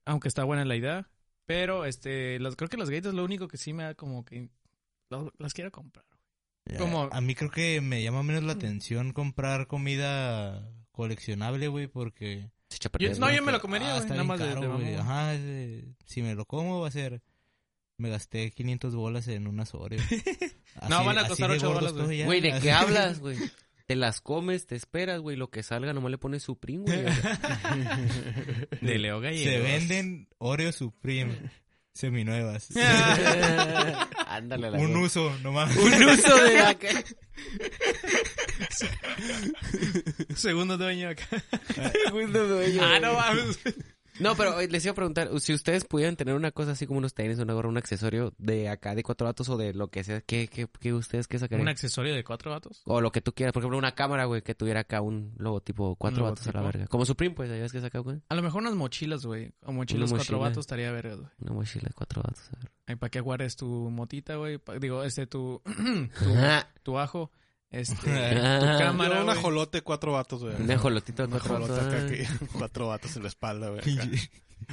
Speaker 2: Aunque está buena la idea. Pero, este, las, creo que las gaitas lo único que sí me da como que. lo- las quiero comprar.
Speaker 1: Ya,
Speaker 2: como-
Speaker 1: A mí creo que me llama menos la atención comprar comida coleccionable, güey, porque...
Speaker 3: Chicha
Speaker 2: Yo-
Speaker 3: perdida.
Speaker 2: no, yo me lo comería,
Speaker 1: Ah,
Speaker 2: güey.
Speaker 1: está
Speaker 2: nada
Speaker 1: bien
Speaker 2: más de-
Speaker 1: caro,
Speaker 2: de,
Speaker 1: güey.
Speaker 2: mamón.
Speaker 1: Ajá, es de- si me lo como va a ser... Me gasté 500 bolas en unas Oreo.
Speaker 2: No, van a costar ocho bolas, güey.
Speaker 3: Güey, ¿de qué hablas, güey? Te las comes, te esperas, güey. Lo que salga nomás le pones su prim, güey.
Speaker 2: De Leo Gallegos.
Speaker 1: Se venden Oreo Supreme seminuevas.
Speaker 2: Ah,
Speaker 3: Ándale a la
Speaker 1: Un
Speaker 3: verga.
Speaker 1: uso, nomás.
Speaker 3: Un uso de la...
Speaker 2: Segundo dueño acá.
Speaker 3: Segundo dueño,
Speaker 2: ah,
Speaker 3: güey.
Speaker 2: no mames.
Speaker 3: No, pero eh, les iba a preguntar, si ustedes pudieran tener una cosa así como unos tenis, una gorra, un accesorio de acá, de cuatro datos o de lo que sea, ¿qué, qué, qué ustedes qué sacarían?
Speaker 2: Un accesorio de cuatro vatos.
Speaker 3: O lo que tú quieras, por ejemplo, una cámara, güey, que tuviera acá un logotipo, cuatro vatos a la
Speaker 2: logotipo.
Speaker 3: verga. Como Supreme, pues, ¿ya ves que saca, güey?
Speaker 2: A lo mejor unas mochilas, güey. O mochilas
Speaker 3: Una
Speaker 2: cuatro
Speaker 3: mochila.
Speaker 2: vatos estaría verga, güey.
Speaker 3: Una mochila de cuatro vatos, a ver.
Speaker 2: Ay, ¿Para qué guardes tu motita, güey? Pa- Digo, este, tu, tu ajo. Este, eh, tu cámara.
Speaker 4: Yo un
Speaker 2: güey.
Speaker 4: ajolote, cuatro vatos, güey.
Speaker 3: Ah, Un ajolotito de
Speaker 4: Un
Speaker 3: cuatro
Speaker 4: ajolote
Speaker 3: vatos.
Speaker 4: acá,
Speaker 3: ah.
Speaker 4: que- cuatro vatos en la espalda, güey. acá. Oh,
Speaker 1: Pinche-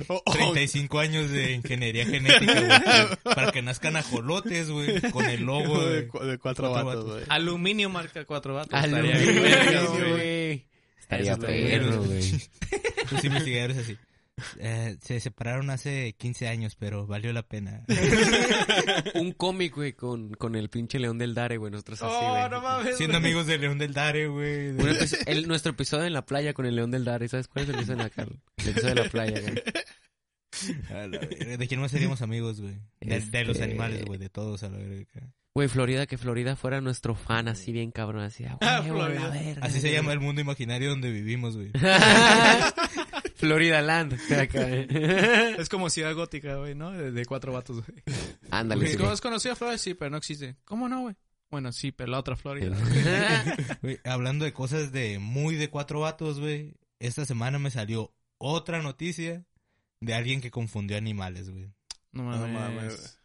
Speaker 4: O-
Speaker 2: Oh,
Speaker 4: o-
Speaker 1: 35 años de ingeniería genética, güey. Para que nazcan ajolotes, güey. Con el logo,
Speaker 4: de,
Speaker 1: güey.
Speaker 4: cu- de cuatro
Speaker 1: Cuatro
Speaker 4: vatos,
Speaker 1: vatos.
Speaker 4: güey.
Speaker 2: Aluminio marca cuatro vatos.
Speaker 3: Aluminio,
Speaker 2: Estaría bien, güey.
Speaker 3: güey. Estaría
Speaker 2: Eso estaría
Speaker 3: perro,
Speaker 1: bueno.
Speaker 3: güey.
Speaker 1: Sus investigadores así. Eh, se separaron hace 15 años, pero valió la pena.
Speaker 3: Un cómic, güey, con, con el pinche león del Dare, güey. Nosotros así,
Speaker 2: Oh,
Speaker 3: güey.
Speaker 2: no mames.
Speaker 1: Siendo amigos de León del Dare, güey.
Speaker 3: Un
Speaker 1: de-
Speaker 3: episo- el- nuestro episodio en la playa con el león del Dare. ¿Sabes cuál es el episodio en la, Carla? el episodio de la playa, güey?
Speaker 1: a la verga, ¿De quién más seríamos amigos, güey? De, de los
Speaker 3: Este-
Speaker 1: animales, güey. De todos, a la verga.
Speaker 3: Güey, Florida, que Florida fuera nuestro fan así bien cabrón, así. ah,
Speaker 2: Ah,
Speaker 3: huevo, la
Speaker 2: Florida.
Speaker 3: verga,
Speaker 1: Así se
Speaker 3: güey.
Speaker 1: llama el mundo imaginario donde vivimos, güey.
Speaker 3: Florida Land. acá.
Speaker 2: Es como ciudad gótica, güey, ¿no? De, de cuatro vatos, güey.
Speaker 3: Ándale, sí, güey.
Speaker 2: ¿Has conocido a Flores? Sí, pero no existe. ¿Cómo no, güey? Bueno, sí, pero la otra Florida.
Speaker 1: Güey, Hablando de cosas de muy de cuatro vatos, güey. Esta semana me salió otra noticia de alguien que confundió animales, güey.
Speaker 2: No
Speaker 4: No
Speaker 2: mames.
Speaker 4: mames.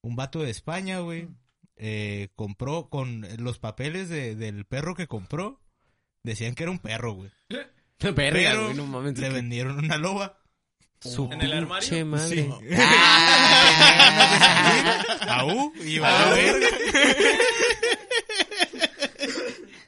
Speaker 1: un vato de España, güey, eh, compró con los papeles de- del perro que compró, decían que era un perro, güey.
Speaker 3: Verga,
Speaker 1: Pero
Speaker 3: güey, no mames.
Speaker 1: le vendieron una loba
Speaker 3: Su
Speaker 2: ¿En el armario?
Speaker 3: pinche madre.
Speaker 1: Sí.
Speaker 3: Ah.
Speaker 1: Aú, y valió verga.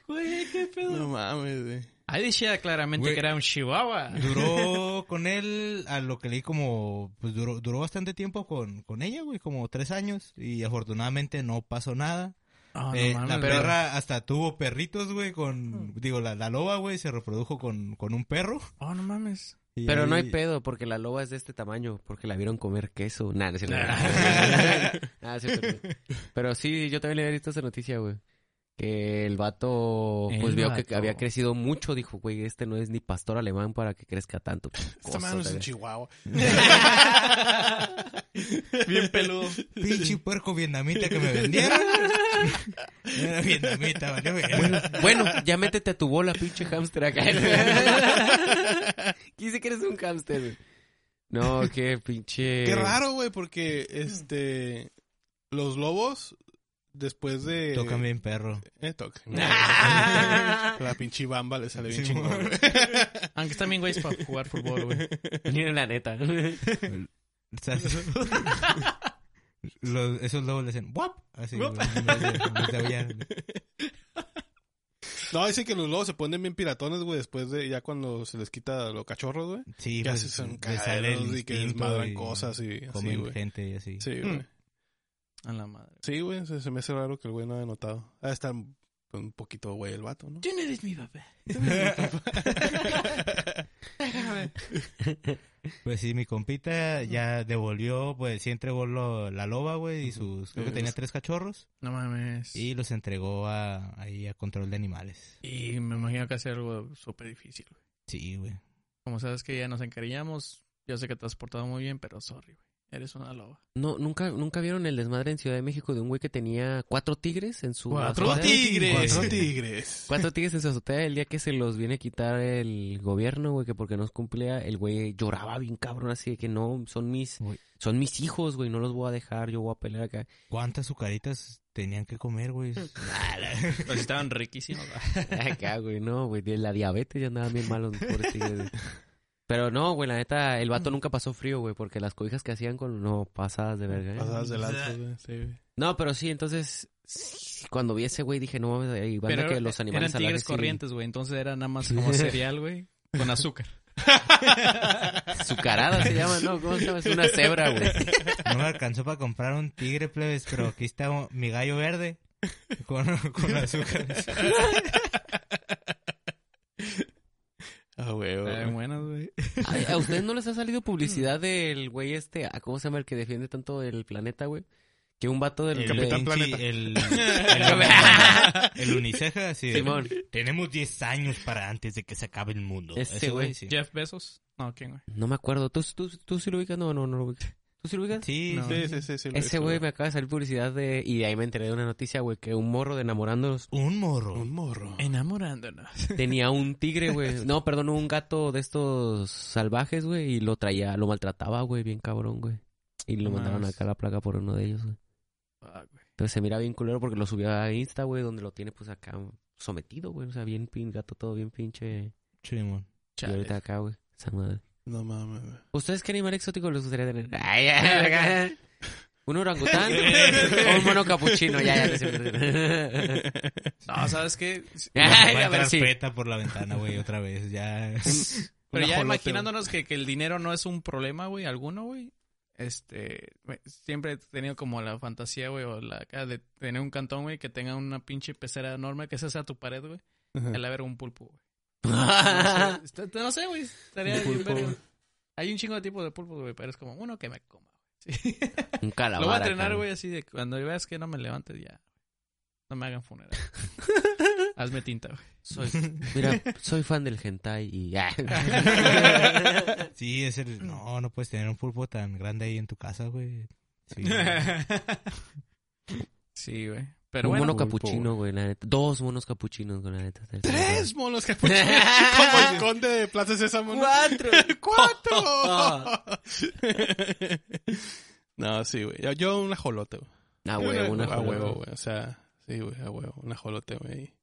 Speaker 2: Güey, qué pedo.
Speaker 4: No mames, güey.
Speaker 2: Ahí decía claramente
Speaker 1: Güey.
Speaker 2: que era un chihuahua.
Speaker 1: Duró con él, a lo que leí como, pues duró, duró bastante tiempo con, con ella, güey, como tres años, y afortunadamente no pasó nada.
Speaker 2: Ah, no
Speaker 1: Eh,
Speaker 2: mames,
Speaker 1: la
Speaker 2: güey.
Speaker 1: perra hasta tuvo perritos, güey, con, digo, la, la loba, güey, se reprodujo con, con un perro.
Speaker 2: Oh, no mames.
Speaker 1: y
Speaker 3: Pero no hay
Speaker 1: ahí-
Speaker 3: pedo, porque la loba es de este tamaño, porque la vieron comer queso. Nada, no es cierto. Nah, es cierto, güey. Pero sí, yo también le había visto esa noticia, güey. Que el vato,
Speaker 2: El
Speaker 3: pues vio que
Speaker 2: vato.
Speaker 3: había crecido mucho, dijo, güey, este no es ni pastor alemán para que crezca tanto.
Speaker 4: Esta
Speaker 3: Cosa,
Speaker 4: madre no es un
Speaker 3: ¿sabes?
Speaker 4: chihuahua.
Speaker 2: Bien peludo.
Speaker 1: Pinche puerco vietnamita que me vendieron. Era vietnamita, valió verga.
Speaker 3: Bueno, ya métete a tu bola, pinche hámster acá. Quise que eres un hámster, güey. No, qué pinche...
Speaker 1: Eh,
Speaker 4: Qué raro, güey, porque este. Los lobos, después de.
Speaker 1: Tocan bien perro.
Speaker 4: Eh, tocan.
Speaker 3: Ah.
Speaker 4: La pinche bamba le sale bien
Speaker 1: Sí,
Speaker 4: chingón.
Speaker 1: mo-
Speaker 4: güey.
Speaker 2: Aunque están bien güeyes para jugar fútbol, güey.
Speaker 3: Ni en la neta.
Speaker 1: O sea, los- esos lobos le hacen guap. Así
Speaker 2: Guap.
Speaker 1: güey, en vez de- en vez de aullar.
Speaker 4: No, dicen que los lobos se ponen bien piratones, güey, después de. Ya cuando se les quita los cachorros, güey.
Speaker 1: Sí,
Speaker 4: Que
Speaker 1: pues,
Speaker 4: hacen son
Speaker 1: le sale el
Speaker 4: cagaderos y que
Speaker 1: instinto
Speaker 4: desmadran
Speaker 1: y
Speaker 4: cosas y así,
Speaker 1: Comen
Speaker 4: güey.
Speaker 1: gente y así.
Speaker 4: Sí,
Speaker 3: Hmm.
Speaker 4: güey.
Speaker 2: A la madre.
Speaker 4: Sí, güey, se, se me hace raro que el güey no haya notado. Ah, está un un poquito güey el vato, ¿no?
Speaker 2: Tú no eres mi papá.
Speaker 1: Pues sí, mi compita ya devolvió, pues sí entregó lo- la loba, güey, y sus... Creo que tenía tres cachorros.
Speaker 2: No mames.
Speaker 1: Y los entregó a, ahí a control de animales.
Speaker 2: Y me imagino que hace algo súper difícil, güey.
Speaker 1: Sí, güey.
Speaker 2: Como sabes que ya nos encariñamos, yo sé que te has portado muy bien, pero sorry, güey. Eres una loba.
Speaker 3: No, nunca, nunca vieron el desmadre en Ciudad de México de un güey que tenía cuatro tigres en su
Speaker 2: Cuatro
Speaker 3: azotea?
Speaker 2: tigres.
Speaker 4: Cuatro tigres.
Speaker 3: Cuatro tigres en su azotea el día que se los viene a quitar el gobierno, güey, que porque no cumplía, el güey lloraba bien cabrón, así de que no, son mis,
Speaker 1: Güey.
Speaker 3: son mis hijos, güey, no los voy a dejar, yo voy a pelear acá.
Speaker 1: ¿Cuántas azucaritas tenían que comer, güey?
Speaker 2: Pero sí estaban riquísimos. güey.
Speaker 3: Acá, güey, no, güey, de la diabetes ya andaban bien malos, los pobres tigres, güey. Pero no, güey, la neta, el
Speaker 2: Mm.
Speaker 3: vato nunca pasó frío, güey, porque las cobijas que hacían con, no, pasadas de verga. ¿eh?
Speaker 4: Pasadas de lanza, güey. Sí, güey.
Speaker 3: No, pero sí, entonces, sí, cuando vi ese güey dije, no mames, ahí van
Speaker 2: Pero
Speaker 3: que los animales
Speaker 2: eran tigres
Speaker 3: salvajes sí-
Speaker 2: corrientes, güey. Entonces era nada más como cereal, güey. Con azúcar.
Speaker 3: Azucarada se llama, ¿no? ¿Cómo se llama? Es una cebra, güey.
Speaker 1: No me alcanzó para comprar un tigre, plebes, pero aquí está mi gallo verde con, con azúcares.
Speaker 4: Ah, güey,
Speaker 2: Eh,
Speaker 4: güey.
Speaker 2: buenas, güey.
Speaker 3: Ay, ¿A ustedes no les ha salido publicidad del güey este, ah, ¿cómo se llama? El que defiende tanto el planeta, güey. Que un vato del...
Speaker 1: El
Speaker 4: Capitán
Speaker 1: pinche-
Speaker 4: Planeta.
Speaker 1: El, el, el uniceja, así de,
Speaker 3: Simón.
Speaker 1: Tenemos 10 años para antes de que se acabe el mundo.
Speaker 3: Ese
Speaker 1: Ese
Speaker 3: güey.
Speaker 1: sí.
Speaker 2: Jeff Bezos. No, ¿quién, güey?
Speaker 3: No me acuerdo. ¿Tú, tú, tú sí lo ubicas? No, no, no lo ubicas. ¿Tú sí lo ubicas?
Speaker 1: Sí,
Speaker 2: No.
Speaker 1: sí.
Speaker 4: Sí, sí, sí, sí, lo
Speaker 3: Ese
Speaker 4: hizo,
Speaker 3: güey me acaba de salir publicidad de... Y de ahí me enteré de una noticia, güey, que un morro de enamorándonos
Speaker 1: Un morro.
Speaker 4: Un morro.
Speaker 2: Enamorándonos.
Speaker 3: tenía un tigre, güey. No, perdón, un gato de estos salvajes, güey, y lo traía, lo maltrataba, güey, bien cabrón, güey. Y lo
Speaker 2: No
Speaker 3: mandaron
Speaker 2: mames.
Speaker 3: acá a la placa por uno de ellos, güey.
Speaker 2: Ah, güey.
Speaker 3: Entonces se mira bien culero porque lo subió a Insta, güey, donde lo tiene pues acá sometido, güey. O sea, bien pin, gato todo bien pinche.
Speaker 1: Simón.
Speaker 3: Y
Speaker 2: Chale.
Speaker 3: ahorita acá, güey. Esa madre.
Speaker 4: No mames, güey.
Speaker 3: ¿Ustedes qué animal exótico les gustaría tener? Ay, ya, ya. ¿Un orangután? ¿O un mono capuchino? Ya, ya. no sé.
Speaker 2: No, ¿sabes qué?
Speaker 3: Ay,
Speaker 1: Va a
Speaker 3: a ver
Speaker 1: entrar
Speaker 3: si...
Speaker 1: peta por la ventana, güey, otra vez. Ya.
Speaker 2: Pero
Speaker 4: Un
Speaker 2: ya
Speaker 4: ajolote,
Speaker 2: imaginándonos que, que el dinero no es un problema, güey, alguno, güey. Este, güey, siempre he tenido como la fantasía, güey, o la acá de tener un cantón, güey, que tenga una pinche pecera enorme, que esa sea tu pared, güey.
Speaker 4: Ajá.
Speaker 2: El haber un pulpo, güey.
Speaker 3: Ah.
Speaker 2: No sé, está- No sé, güey. estaría
Speaker 4: Un
Speaker 2: bien
Speaker 4: pulpo,
Speaker 2: verga.
Speaker 4: güey.
Speaker 2: Hay un chingo de tipos de pulpos, güey, pero es como uno que me coma. güey. Sí.
Speaker 3: Un calamar.
Speaker 2: Lo voy a
Speaker 3: acá,
Speaker 2: entrenar, güey, así de cuando veas que no me levantes ya. No me hagan funeral. Hazme tinta, güey.
Speaker 3: Soy, mira, soy fan del hentai y ya.
Speaker 1: Sí, es el. No, no puedes tener un pulpo tan grande ahí en tu casa, güey. Sí.
Speaker 2: Sí, güey. Pero
Speaker 3: un
Speaker 2: bueno,
Speaker 3: mono capuchino, güey, la neta. Dos monos capuchinos, güey, la neta.
Speaker 4: Tres monos que pusieron como el conde de Plaza Sésamo. ¿no?
Speaker 3: ¡Cuatro!
Speaker 4: ¡Cuatro! no, sí, güey. Yo- Yo un ajolote, güey.
Speaker 3: Ah, güey, una
Speaker 4: A
Speaker 3: jolote.
Speaker 4: huevo, güey. O sea, sí, güey, a huevo. Un ajolote, güey.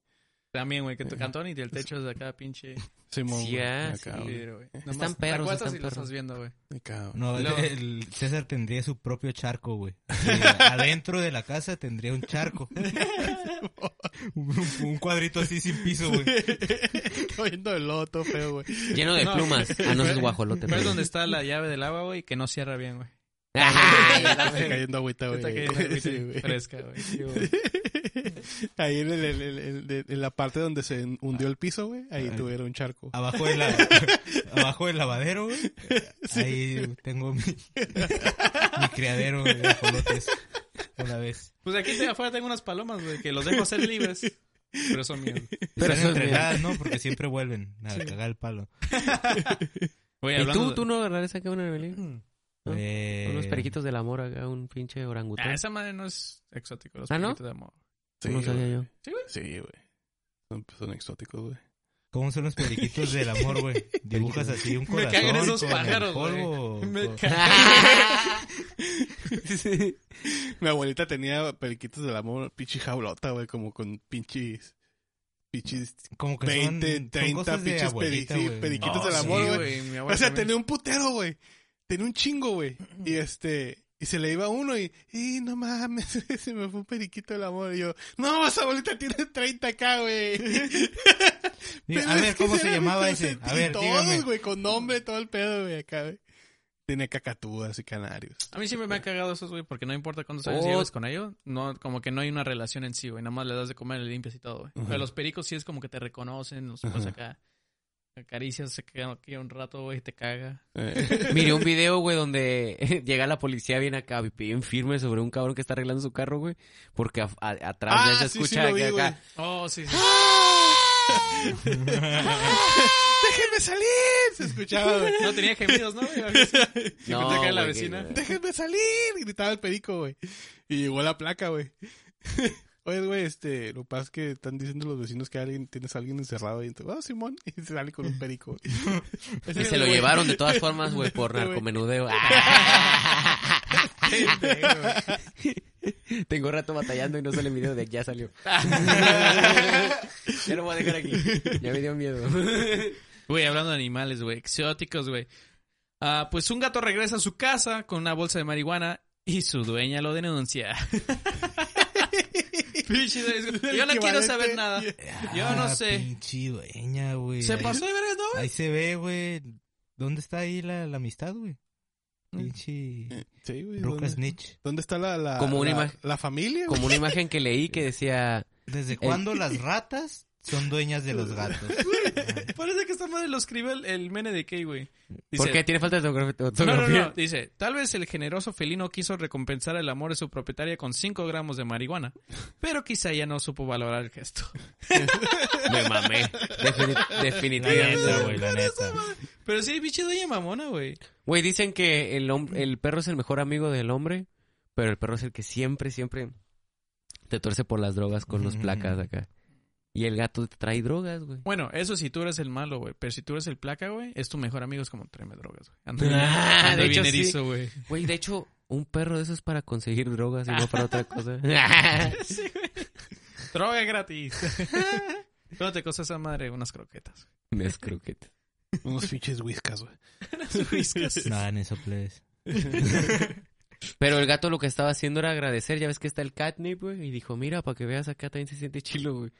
Speaker 2: También, güey, que tu cantón y del techo es de acá, pinche
Speaker 4: Simón,
Speaker 3: Sí,
Speaker 4: güey.
Speaker 3: ah,
Speaker 4: Acá,
Speaker 3: sí.
Speaker 4: güey.
Speaker 2: vidrio, güey.
Speaker 3: Están perros,
Speaker 2: Te acuestas
Speaker 3: están
Speaker 2: y lo
Speaker 3: perros.
Speaker 2: estás viendo, güey.
Speaker 4: Acá, güey.
Speaker 1: No, el-
Speaker 2: Luego-
Speaker 1: el César tendría su propio charco, güey. Sí, adentro de la casa tendría un charco. un, un cuadrito así sin piso, güey.
Speaker 4: Oyendo el loto feo, güey.
Speaker 3: Lleno de
Speaker 2: No.
Speaker 3: plumas. Ah, no, ese es guajolote.
Speaker 2: Pero es
Speaker 3: perdón.
Speaker 2: donde está la llave del agua, güey, que no cierra bien, güey.
Speaker 3: Ay,
Speaker 4: Está cayendo agüita, güey.
Speaker 2: Ah, Está cayendo agüita
Speaker 4: Sí, güey.
Speaker 2: fresca, güey. Sí, güey.
Speaker 4: Ahí en, el- el- el- el- de- en la parte donde se hundió el piso, güey, ahí
Speaker 1: Ah.
Speaker 4: tuviera un charco.
Speaker 1: Abajo, del la- abajo del lavadero, güey. Ahí tengo mi, mi criadero de ajolotes. Una vez.
Speaker 2: Pues aquí te- afuera tengo unas palomas, güey, que los dejo ser libres. Pero son míos.
Speaker 3: Pero
Speaker 1: Están
Speaker 3: eso es bien.
Speaker 1: entrenadas, ¿no? Porque siempre vuelven a cagar el palo.
Speaker 2: Güey,
Speaker 3: ¿Y
Speaker 2: hablando
Speaker 3: tú,
Speaker 2: de-
Speaker 3: tú no agarrarías acá una rebelión? ¿No?
Speaker 1: Eh,
Speaker 3: Unos periquitos del amor acá, un pinche
Speaker 2: Ah,
Speaker 3: orangután.
Speaker 2: esa madre no es exótico. Los
Speaker 3: ¿Ah, no?
Speaker 2: perritos de amor.
Speaker 4: Sí,
Speaker 3: pues, no sabía
Speaker 4: güey.
Speaker 3: yo.
Speaker 2: Sí, güey.
Speaker 4: Sí, güey. Son, son exóticos, güey.
Speaker 1: ¿Cómo son los periquitos del amor, güey? Dibujas así un corazón.
Speaker 2: cagan esos
Speaker 1: con el
Speaker 2: pájaros, güey.
Speaker 1: polvo,
Speaker 2: Me
Speaker 1: con-
Speaker 4: Mi abuelita tenía periquitos del amor, pinche jaulota, güey, como con pinches. Pinches.
Speaker 1: Como que
Speaker 4: 20,
Speaker 1: son,
Speaker 4: 30
Speaker 1: son cosas de
Speaker 4: pinches
Speaker 1: abuelita,
Speaker 4: peri- sí,
Speaker 1: güey.
Speaker 4: periquitos
Speaker 2: Oh,
Speaker 4: del
Speaker 2: sí,
Speaker 4: amor, güey.
Speaker 2: mi
Speaker 1: Ah,
Speaker 2: abuela
Speaker 4: O sea,
Speaker 2: también.
Speaker 4: tenía un putero, güey. Tenía un chingo, güey. Y este. Y se le iba a uno y. ¡Y no mames! Se me fue un periquito del amor. Y yo. ¡No, esa abuelita tiene 30k, güey!
Speaker 1: Digo,
Speaker 4: Pero
Speaker 1: a
Speaker 4: es
Speaker 1: ver,
Speaker 4: que
Speaker 1: ¿cómo se
Speaker 4: era
Speaker 1: llamaba
Speaker 4: mi
Speaker 1: ese? A ver,
Speaker 4: todos,
Speaker 1: dígame.
Speaker 4: güey, con nombre, todo el pedo, güey, acá, güey. Tenía cacatúas y canarios.
Speaker 2: A mí siempre me ha cagado esos, güey, porque no importa cuántos
Speaker 3: Oh.
Speaker 2: años lleves con ellos, no, como que no hay una relación en sí, güey. Nada más le das de comer, le limpias y todo, güey.
Speaker 4: Ujú.
Speaker 2: Pero los pericos sí es como que te reconocen, los pues acá acaricias, se quedan aquí un rato, güey, y te caga.
Speaker 3: Miré un video, güey, donde llega la policía bien acá, bien firme sobre un cabrón que está arreglando su carro, güey. Porque a- a- atrás ya
Speaker 4: Ah,
Speaker 3: se
Speaker 4: sí, sí
Speaker 3: escucha
Speaker 4: lo vi,
Speaker 3: que
Speaker 4: güey.
Speaker 3: acá.
Speaker 2: Oh, sí, sí.
Speaker 4: ¡Déjenme salir! Se escuchaba, güey.
Speaker 2: No tenía gemidos, ¿no? Si
Speaker 3: No,
Speaker 2: pensé que era la
Speaker 3: güey,
Speaker 2: vecina.
Speaker 3: que-
Speaker 4: ¡Déjenme salir! Gritaba el perico, güey. Y llegó la placa, güey. Oye, güey, este, lo que pasa es que están diciendo los vecinos que alguien, tienes a alguien encerrado ahí. Entonces, oh, Simón, y se sale con un perico. güey.
Speaker 3: Y se lo
Speaker 4: Güey.
Speaker 3: llevaron de todas formas, güey, por
Speaker 4: Güey.
Speaker 3: narcomenudeo. Ah. Tengo rato batallando y no sale el video de ya salió. ya lo voy a dejar aquí. Ya me dio miedo.
Speaker 2: Güey, hablando de animales, güey, exóticos, güey. Ah, pues un gato regresa a su casa con una bolsa de marihuana y su dueña lo denuncia. Pinche dueña, Yo no quiero saber nada. Yo no
Speaker 1: Ah,
Speaker 2: sé.
Speaker 1: Pinche dueña, güey.
Speaker 2: Se
Speaker 1: Ahí-
Speaker 2: pasó de veras, ¿no?
Speaker 1: Ahí se ve, güey. ¿Dónde está ahí la, la amistad, güey? Pinche.
Speaker 4: Sí, güey.
Speaker 1: Ruca
Speaker 4: ¿dónde,
Speaker 1: Snitch.
Speaker 4: dónde está la, la,
Speaker 3: Como una
Speaker 4: la-
Speaker 3: imagen.
Speaker 4: la familia? güey?
Speaker 3: Como una imagen que leí que decía,
Speaker 1: ¿Desde cuándo las ratas son dueñas de los gatos? Ah,
Speaker 2: Parece que esta madre lo escribió el, el mene de Key, güey. Dice,
Speaker 3: ¿por qué tiene falta de autograf-
Speaker 2: No,
Speaker 3: autografía?
Speaker 2: no, no. Dice, tal vez el generoso felino quiso recompensar el amor de su propietaria con 5 gramos de marihuana, pero quizá ya no supo valorar el gesto.
Speaker 3: Me mamé.
Speaker 1: La
Speaker 3: Defini-
Speaker 1: neta, güey,
Speaker 3: definitivamente.
Speaker 1: la neta.
Speaker 2: Pero sí, biche dueña mamona, güey.
Speaker 3: Güey, dicen que el, hom- el perro es el mejor amigo del hombre, pero el perro es el que siempre, siempre te tuerce por las drogas con los placas acá. Y el gato te trae drogas, güey.
Speaker 2: Bueno, eso si tú eres el malo, güey. Pero si tú eres el placa, güey, es tu mejor amigo. Es como tráeme drogas, güey. Ando bien,
Speaker 3: Ah,
Speaker 2: ando
Speaker 3: de
Speaker 2: bien
Speaker 3: hecho, sí.
Speaker 2: erizo, güey.
Speaker 3: Güey, de hecho, un perro de eso es para conseguir drogas y no para otra cosa.
Speaker 2: Sí, güey. Droga gratis. Pero te costó esa madre unas croquetas.
Speaker 3: Me croquetas.
Speaker 4: Unos pinches whiskas, güey.
Speaker 2: Unas whiskas.
Speaker 1: Nada, en eso, please.
Speaker 3: Pero el gato lo que estaba haciendo era agradecer. Ya ves que está el catnip, güey. Y dijo, mira, para que veas acá también se siente chilo, güey.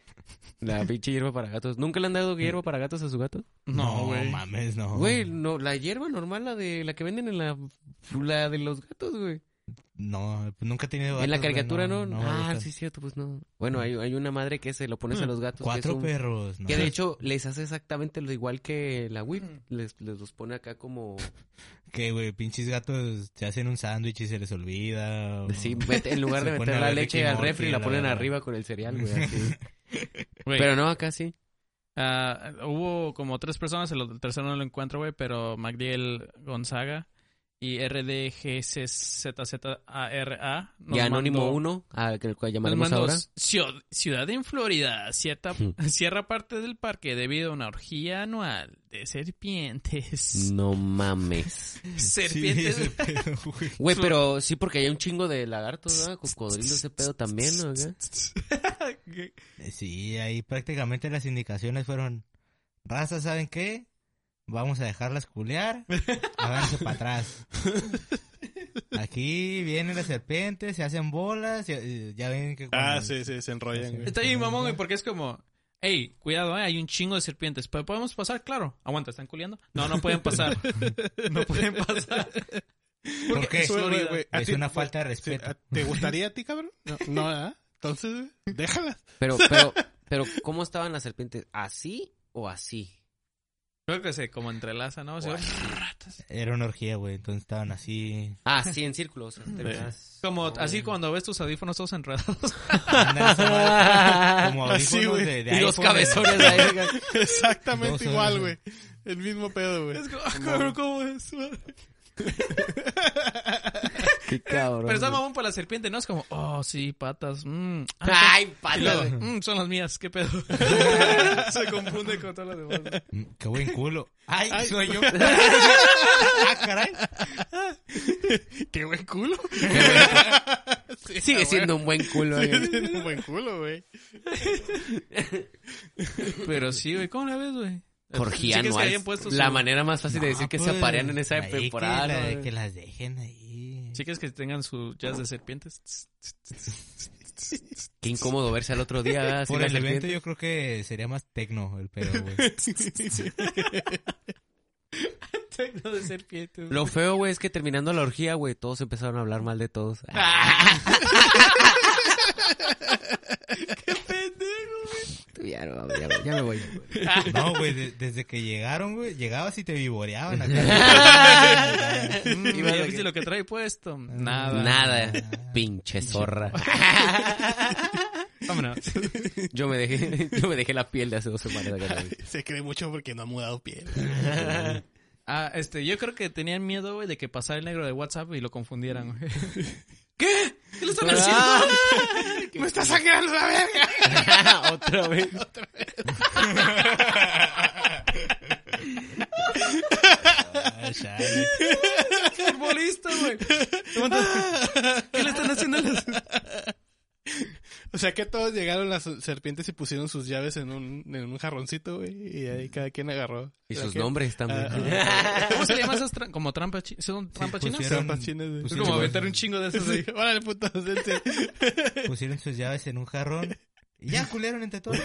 Speaker 3: La pinche hierba para gatos. ¿Nunca le han dado hierba para gatos a su gato?
Speaker 2: No, güey.
Speaker 1: mames, no.
Speaker 3: Güey, no, la hierba normal, la de la que venden en la, la de los gatos, güey.
Speaker 1: No, nunca he tenido
Speaker 3: en la
Speaker 1: gatos, güey,
Speaker 3: caricatura, ¿no?
Speaker 1: me
Speaker 3: ah,
Speaker 1: gustan.
Speaker 3: sí, es cierto, pues no. Bueno, hay, hay una madre que se lo pones a los gatos. que
Speaker 1: Cuatro
Speaker 3: es un-
Speaker 1: perros. No.
Speaker 3: Que de hecho les hace exactamente lo igual que la whip. Les, les los pone acá como...
Speaker 1: Que, güey, pinches gatos te hacen un sándwich y se les olvida. o-
Speaker 3: Sí, mete- en lugar
Speaker 1: Se
Speaker 3: de
Speaker 1: pone
Speaker 3: meter
Speaker 1: a
Speaker 3: la
Speaker 1: ver
Speaker 3: leche
Speaker 1: Ricky
Speaker 3: al
Speaker 1: Morty,
Speaker 3: refri, la
Speaker 1: la
Speaker 3: ponen
Speaker 1: verdad.
Speaker 3: arriba con el cereal, güey. así.
Speaker 2: Güey,
Speaker 3: Pero no, acá sí.
Speaker 2: ah, hubo como tres personas. El, el tercero no lo encuentro, güey. Pero Magdiel Gonzaga y RDGCZZARA. nos
Speaker 3: y Anónimo
Speaker 2: mandó-
Speaker 3: 1, al que- al cual
Speaker 2: nos
Speaker 3: llamaremos
Speaker 2: mandó,
Speaker 3: ahora.
Speaker 2: "Ciud- Ciudad en Florida cierta-
Speaker 3: Hmm.
Speaker 2: cierra parte del parque debido a una orgía anual de serpientes.
Speaker 3: No mames.
Speaker 1: Sí,
Speaker 2: Serpientes.
Speaker 1: ese pedo, güey.
Speaker 3: Güey, pero sí, porque hay un chingo de lagartos, ¿verdad? Cocodrilo, ese pedo también, ¿no? Acá.
Speaker 1: Eh, Sí, ahí prácticamente las indicaciones fueron, raza, ¿saben qué? Vamos a dejarlas culear, háganse para atrás. Aquí vienen las serpientes, se hacen bolas, ya, eh, ya ven que...
Speaker 4: Ah,
Speaker 1: cuando-
Speaker 4: sí, sí, se enrollan, güey.
Speaker 2: Está bien, mamón, güey, porque es como, hey, cuidado, eh, hay un chingo de serpientes. ¿Pero ¿Podemos pasar? Claro. Aguanta, ¿están culiando? No, no pueden pasar. No pueden pasar.
Speaker 1: ¿Por qué?
Speaker 2: es Florida.
Speaker 4: Güey, güey, a
Speaker 1: Es
Speaker 4: ti-
Speaker 1: una falta de
Speaker 4: Sí,
Speaker 1: respeto.
Speaker 4: ¿a- ¿Te gustaría a ti, cabrón? No, no ¿verdad? Entonces, güey, déjala.
Speaker 3: Pero, pero, pero, ¿cómo estaban las serpientes? ¿Así o así?
Speaker 2: Creo que se como entrelaza, ¿no? O sea, ratas.
Speaker 1: Era una orgía, güey, entonces estaban así...
Speaker 3: Ah, sí, en círculo. o sea, terminas-
Speaker 2: Como
Speaker 3: No,
Speaker 2: así
Speaker 3: güey.
Speaker 2: cuando ves tus audífonos todos enredados.
Speaker 1: andan esa madre, como
Speaker 4: Así,
Speaker 1: audífonos
Speaker 4: güey.
Speaker 1: de, de
Speaker 3: Y los
Speaker 1: iPhone, güey.
Speaker 3: cabezones ahí. acá.
Speaker 1: Dos,
Speaker 4: Exactamente
Speaker 1: eh.
Speaker 4: igual, güey. El mismo pedo, güey.
Speaker 2: Es como, ah, cabrón, ¿cómo es?
Speaker 3: Qué cabrón.
Speaker 2: Pero está
Speaker 3: güey.
Speaker 2: mamón para la serpiente, ¿no? Es como, oh, sí, patas. mm, ah,
Speaker 3: Ay,
Speaker 2: y luego,
Speaker 3: pata.
Speaker 2: mm, son las mías, qué pedo. Se confunde con todas las demás. güey.
Speaker 1: Mm, Qué buen culo. Ay,
Speaker 4: Ay.
Speaker 1: soy yo. ah, caray.
Speaker 4: Qué buen culo.
Speaker 3: Sigue siendo un buen culo. eh. güey.
Speaker 4: Tiene un buen culo, güey.
Speaker 2: Pero sí, güey, ¿cómo la ves, güey?
Speaker 3: Jorgía
Speaker 2: Sí que se
Speaker 3: anual.
Speaker 2: hayan puesto
Speaker 3: La
Speaker 2: su-
Speaker 3: manera más fácil de decir
Speaker 1: No,
Speaker 3: que se
Speaker 1: pues,
Speaker 3: aparean en esa
Speaker 1: ahí que
Speaker 3: temporada.
Speaker 1: la-
Speaker 3: ¿no,
Speaker 1: Que,
Speaker 3: güey?
Speaker 1: las dejen ahí.
Speaker 2: Sí que es que tengan su jazz de serpientes.
Speaker 3: Qué incómodo verse al otro día. ¿verdad? Así
Speaker 1: Por
Speaker 3: la
Speaker 1: el evento
Speaker 3: serpiente.
Speaker 1: yo creo que sería más tecno el pedo, güey.
Speaker 2: Tengo de serpientes.
Speaker 3: Lo feo, güey, es que terminando la orgía, güey, todos empezaron a hablar mal de todos. Ah.
Speaker 2: ¡Qué pendejo!
Speaker 3: ya, no, ya, no, ya me voy.
Speaker 1: No, güey, de- desde que llegaron, güey, llegabas y te vivoreaban acá.
Speaker 2: ¿Y
Speaker 3: Ibas
Speaker 2: ya
Speaker 3: de
Speaker 2: viste
Speaker 3: que-
Speaker 2: lo que trae puesto? Nada.
Speaker 3: Nada. Pinche zorra.
Speaker 2: Vámonos.
Speaker 3: Yo me dejé, yo me dejé la piel de hace dos semanas. acá, güey.
Speaker 4: Se cree mucho porque no ha mudado piel.
Speaker 2: Ah, este, yo creo que tenían miedo, güey, de que pasara el negro de WhatsApp y lo confundieran, güey. ¿Qué? ¿Qué le están haciendo?
Speaker 3: Ah,
Speaker 4: ¡Me está sangrando la verga!
Speaker 3: Otra vez.
Speaker 1: Ah, chale.
Speaker 2: Futbolista, güey. ¿Qué le están haciendo?
Speaker 4: O sea que todos llegaron las serpientes y pusieron sus llaves en un, en un jarroncito, güey. Y ahí cada quien agarró.
Speaker 3: Y
Speaker 4: Cada
Speaker 3: sus
Speaker 4: quien-
Speaker 3: nombres también.
Speaker 2: ¿Cómo se llaman esas trampas? ¿Como trampas chinas? ¿Son trampas
Speaker 1: Sí,
Speaker 2: chinas?
Speaker 1: pusieron-
Speaker 4: Trampas chinas, güey.
Speaker 2: Es
Speaker 3: pusieron-
Speaker 2: como aventar un chingo de esos,
Speaker 4: Sí,
Speaker 2: güey.
Speaker 4: Órale, puto. dense.
Speaker 1: Pusieron sus llaves en un jarrón y ya culeron entre todos.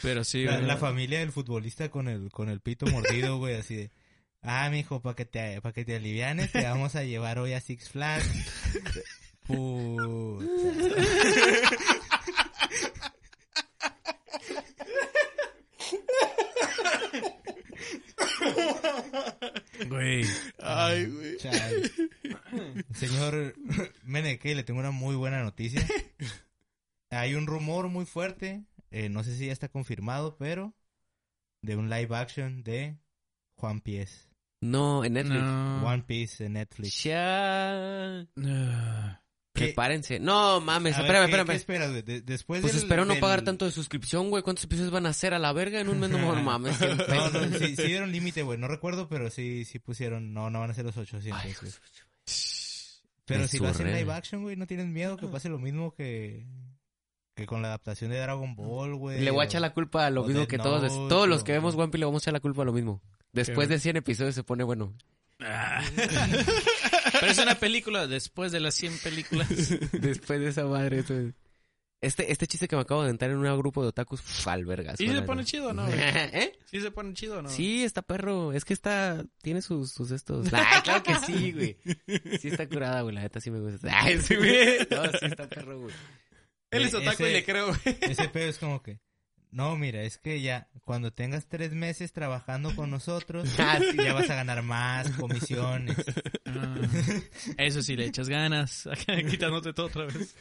Speaker 2: Pero sí,
Speaker 1: La,
Speaker 2: güey.
Speaker 1: la familia del futbolista con el, con el pito mordido, güey, así de... Ah, mijo, para que te, pa' que te alivianes, te vamos a llevar hoy a Six Flags. Puta.
Speaker 2: Güey.
Speaker 4: Ay, güey.
Speaker 1: Chale. Señor Meneque, le tengo una muy buena noticia. Hay un rumor muy fuerte, eh, no sé si ya está confirmado, pero de un live action de Juan Pies,
Speaker 3: No, en Netflix.
Speaker 2: No.
Speaker 1: One Piece en Netflix.
Speaker 3: Ya.
Speaker 2: Ah.
Speaker 1: ¿Qué?
Speaker 3: Prepárense. No mames,
Speaker 1: A ver,
Speaker 3: espérame,
Speaker 1: ¿qué- qué
Speaker 3: espérame.
Speaker 1: esperas, güey? De- después
Speaker 3: Pues
Speaker 1: del-
Speaker 3: espero no
Speaker 1: del-
Speaker 3: pagar tanto de suscripción, güey. ¿Cuántos episodios van a hacer a la verga en un mes? No mames. qué
Speaker 1: No,
Speaker 3: pedo.
Speaker 1: no, sí, sí dieron límite, güey. No recuerdo, pero sí, sí pusieron. No, no van a ser los 800. güey.
Speaker 3: Ay, hijo de su-
Speaker 1: pero
Speaker 3: me
Speaker 1: si lo hacen
Speaker 3: zurré.
Speaker 1: live action, güey, ¿no tienen miedo que pase lo mismo que, que con la adaptación de Dragon Ball, güey?
Speaker 3: Le voy a
Speaker 1: o-
Speaker 3: echar la culpa a lo
Speaker 1: o
Speaker 3: mismo
Speaker 1: Death
Speaker 3: que todos.
Speaker 1: Note,
Speaker 3: todos los
Speaker 1: o-
Speaker 3: que vemos One Piece le vamos a echar la culpa a lo mismo. Después de 100 episodios se pone bueno.
Speaker 1: Ah.
Speaker 2: Pero es una película después de las 100 películas.
Speaker 3: Después de esa madre. eso es. Este, este chiste que me acabo de entrar en un grupo de otakus, pf, al vergas.
Speaker 2: ¿Sí
Speaker 3: la
Speaker 2: se
Speaker 3: neta.
Speaker 2: pone chido o no, güey?
Speaker 3: ¿Eh?
Speaker 2: ¿Sí se pone chido o no?
Speaker 3: Sí, está perro. Es que está. Tiene sus, sus estos. Ay, claro que sí, güey. Sí está curada, güey. La neta sí me gusta. Ay, sí, güey. No, sí está perro, güey.
Speaker 2: Él es
Speaker 1: Eh,
Speaker 2: otaku y
Speaker 1: ese-
Speaker 2: le creo, güey.
Speaker 1: Ese pedo es como que. No, mira, es que ya cuando tengas tres meses trabajando con nosotros,
Speaker 3: Ah, sí.
Speaker 1: ya vas a ganar más comisiones.
Speaker 2: Ah, eso sí, le echas ganas. Quitándote todo otra vez.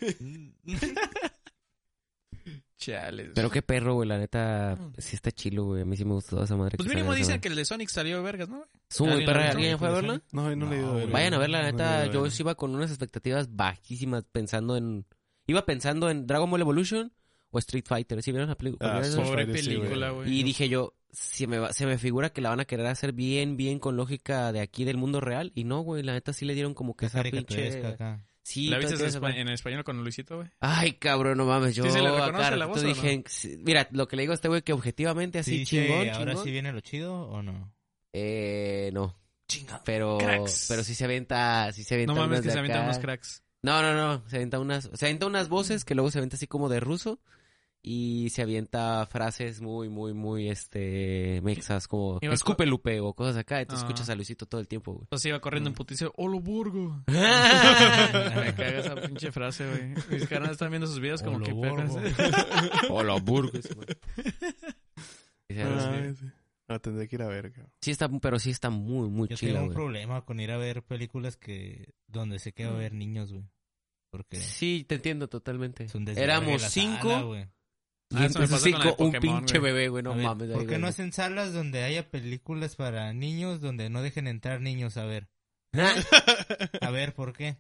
Speaker 2: Chales.
Speaker 3: Pero qué perro, güey. La neta sí está chilo, güey. A mí sí me gustó esa madre.
Speaker 2: pues
Speaker 3: que
Speaker 2: mínimo
Speaker 3: sale esa
Speaker 2: dicen
Speaker 3: madre.
Speaker 2: que el de Sonic salió vergas, ¿no? güey?
Speaker 3: Estuvo muy
Speaker 2: ¿Alguien la
Speaker 3: perra.
Speaker 2: vio?
Speaker 3: ¿Alguien fue a verla?
Speaker 4: No, yo no,
Speaker 1: No,
Speaker 4: le he ido a ver.
Speaker 1: güey.
Speaker 3: Vayan a verla, la
Speaker 4: No, no
Speaker 3: neta.
Speaker 4: le he ido a
Speaker 3: Yo
Speaker 4: ver.
Speaker 3: sí iba con unas expectativas bajísimas pensando en. Iba pensando en Dragon Ball Evolution o Street Fighter. ¿Sí vieron la película?
Speaker 4: Ah,
Speaker 3: ¿Vieron
Speaker 4: sí.
Speaker 3: esa?
Speaker 2: Pobre
Speaker 4: Fighters, sí,
Speaker 2: película,
Speaker 4: güey.
Speaker 2: güey.
Speaker 3: y dije yo, se me, va- se me figura que la van a querer hacer bien, bien con lógica de aquí del mundo real. Y no, güey, la neta sí le dieron como que esa
Speaker 1: Caricaturesca
Speaker 3: pinche.
Speaker 1: acá.
Speaker 3: Sí,
Speaker 2: ¿La
Speaker 3: todo
Speaker 2: viste en,
Speaker 3: tiene esa-
Speaker 2: espa- en español con Luisito, güey?
Speaker 3: Ay, cabrón, no mames. Yo
Speaker 2: ¿Sí se le
Speaker 3: acá
Speaker 2: reconoce la
Speaker 3: ratito
Speaker 2: voz o
Speaker 3: dije,
Speaker 2: no?
Speaker 3: sí, mira, lo que le digo a este güey que objetivamente
Speaker 1: Sí,
Speaker 3: así
Speaker 1: sí,
Speaker 3: chingón,
Speaker 1: ahora
Speaker 3: chingón.
Speaker 1: sí viene lo chido o no?
Speaker 3: Eh, no. Pero,
Speaker 2: Cracks.
Speaker 3: pero sí se avienta, sí se avienta
Speaker 2: No mames,
Speaker 3: unas
Speaker 2: que
Speaker 3: de
Speaker 2: se aventan
Speaker 3: acá.
Speaker 2: unos cracks.
Speaker 3: No, no, no. Se avienta unas, se avienta unas voces que luego se avienta así como de ruso. Y se avienta frases muy, muy, muy, este, mexas, como
Speaker 2: Iba a-
Speaker 3: escupe Lupe o cosas acá. Entonces
Speaker 2: Ah.
Speaker 3: escuchas a Luisito todo el tiempo, güey.
Speaker 2: Entonces iba corriendo en puticio. ¡Holo Burgo!
Speaker 3: Ah,
Speaker 2: Me caga esa pinche frase, güey. Mis carnales están viendo sus
Speaker 3: Oh,
Speaker 2: videos como
Speaker 1: Olo
Speaker 2: que
Speaker 1: Borgo.
Speaker 2: perras. ¿eh?
Speaker 3: Hola, Burgos, güey. Y se-
Speaker 4: No,
Speaker 2: Sí.
Speaker 4: Ah, sí. No, tendré que ir a ver, cabrón.
Speaker 3: Sí está, pero sí está muy, muy
Speaker 1: Yo
Speaker 3: chila,
Speaker 1: tengo un
Speaker 3: güey.
Speaker 1: problema con ir a ver películas que donde se queda a ver niños, güey. Porque
Speaker 3: Sí, te entiendo totalmente.
Speaker 1: es un desvergue
Speaker 3: Éramos
Speaker 1: la
Speaker 3: cinco
Speaker 1: sala, güey.
Speaker 3: y
Speaker 2: Ah, eso me
Speaker 3: entonces
Speaker 2: pasó con la de
Speaker 3: cinco, un
Speaker 2: Pokémon,
Speaker 3: pinche
Speaker 2: güey.
Speaker 3: bebé, güey. No
Speaker 1: A ver,
Speaker 3: mames. ahí,
Speaker 1: ¿Por qué
Speaker 3: güey.
Speaker 1: no hacen salas donde haya películas para niños donde no dejen entrar niños a ver? A ver, ¿por qué?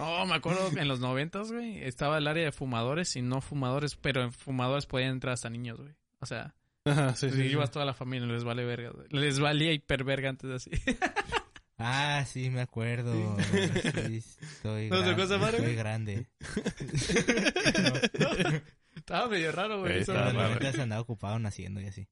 Speaker 2: Oh, me acuerdo en los noventas, güey. Estaba el área de fumadores y no fumadores, pero en fumadores podían entrar hasta niños, güey. O sea,
Speaker 4: Ajá, sí,
Speaker 2: si
Speaker 4: sí. sí.
Speaker 2: ibas toda la familia, les vale verga. güey. Les valía hiperverga antes de así.
Speaker 1: Ah, sí, me acuerdo. Sí, estoy
Speaker 2: ¿No te
Speaker 1: grande,
Speaker 2: acuerdas, Mario?
Speaker 1: estoy grande.
Speaker 2: Estaba medio raro, güey.
Speaker 4: Eh,
Speaker 2: eso,
Speaker 4: estaba
Speaker 1: Todos los
Speaker 4: raro.
Speaker 2: güey.
Speaker 1: noventas andaba ocupado naciendo y así.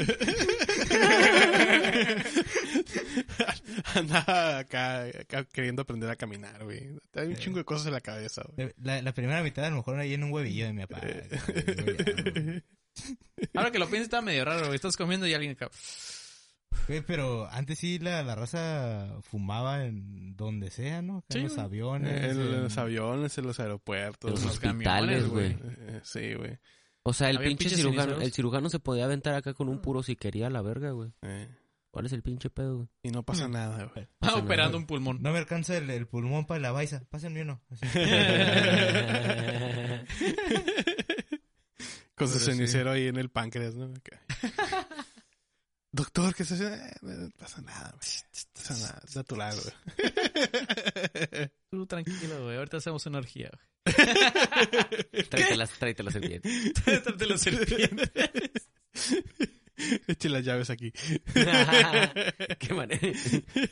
Speaker 4: Andaba acá, acá queriendo aprender a caminar, güey. Hay un chingo de cosas en la cabeza, güey.
Speaker 1: Eh, La, la primera mitad a lo mejor ahí en un huevillo de mi papá.
Speaker 2: Eh. Ahora que lo pienso, estaba medio raro, güey. Estás comiendo y alguien acá.
Speaker 1: Güey, pero antes sí la, la raza fumaba en donde sea, ¿no? Acá
Speaker 2: Sí,
Speaker 1: en los
Speaker 2: güey.
Speaker 1: aviones.
Speaker 4: En
Speaker 1: en-
Speaker 4: los aviones, en los aeropuertos.
Speaker 3: En los
Speaker 2: Los
Speaker 3: hospitales,
Speaker 2: camiones,
Speaker 3: güey.
Speaker 4: Eh, Sí, güey.
Speaker 3: O sea, el
Speaker 2: Había
Speaker 3: pinche
Speaker 2: pinches
Speaker 3: cirujano,
Speaker 2: iniciados.
Speaker 3: el cirujano se podía aventar acá con un puro si quería a la verga, güey.
Speaker 4: Eh.
Speaker 3: ¿Cuál es el pinche pedo, güey?
Speaker 4: Y no
Speaker 3: Mm.
Speaker 4: pasa nada, güey.
Speaker 2: Ah, operando un pulmón.
Speaker 1: No me alcanza el, el pulmón para la baisa. Pásenme uno. Así.
Speaker 4: Con su
Speaker 1: Pero sí.
Speaker 4: cenicero ahí en el páncreas, ¿no? Acá. Doctor, ¿qué se hace? Eh, No pasa nada, güey. No pasa nada. Es natural, güey.
Speaker 2: Tú tranquilo, güey. Ahorita hacemos una orgía, güey.
Speaker 3: tráetelas, tráetelas el bien.
Speaker 2: Trátate la serpiente.
Speaker 4: Eche las llaves aquí.
Speaker 3: Qué manera.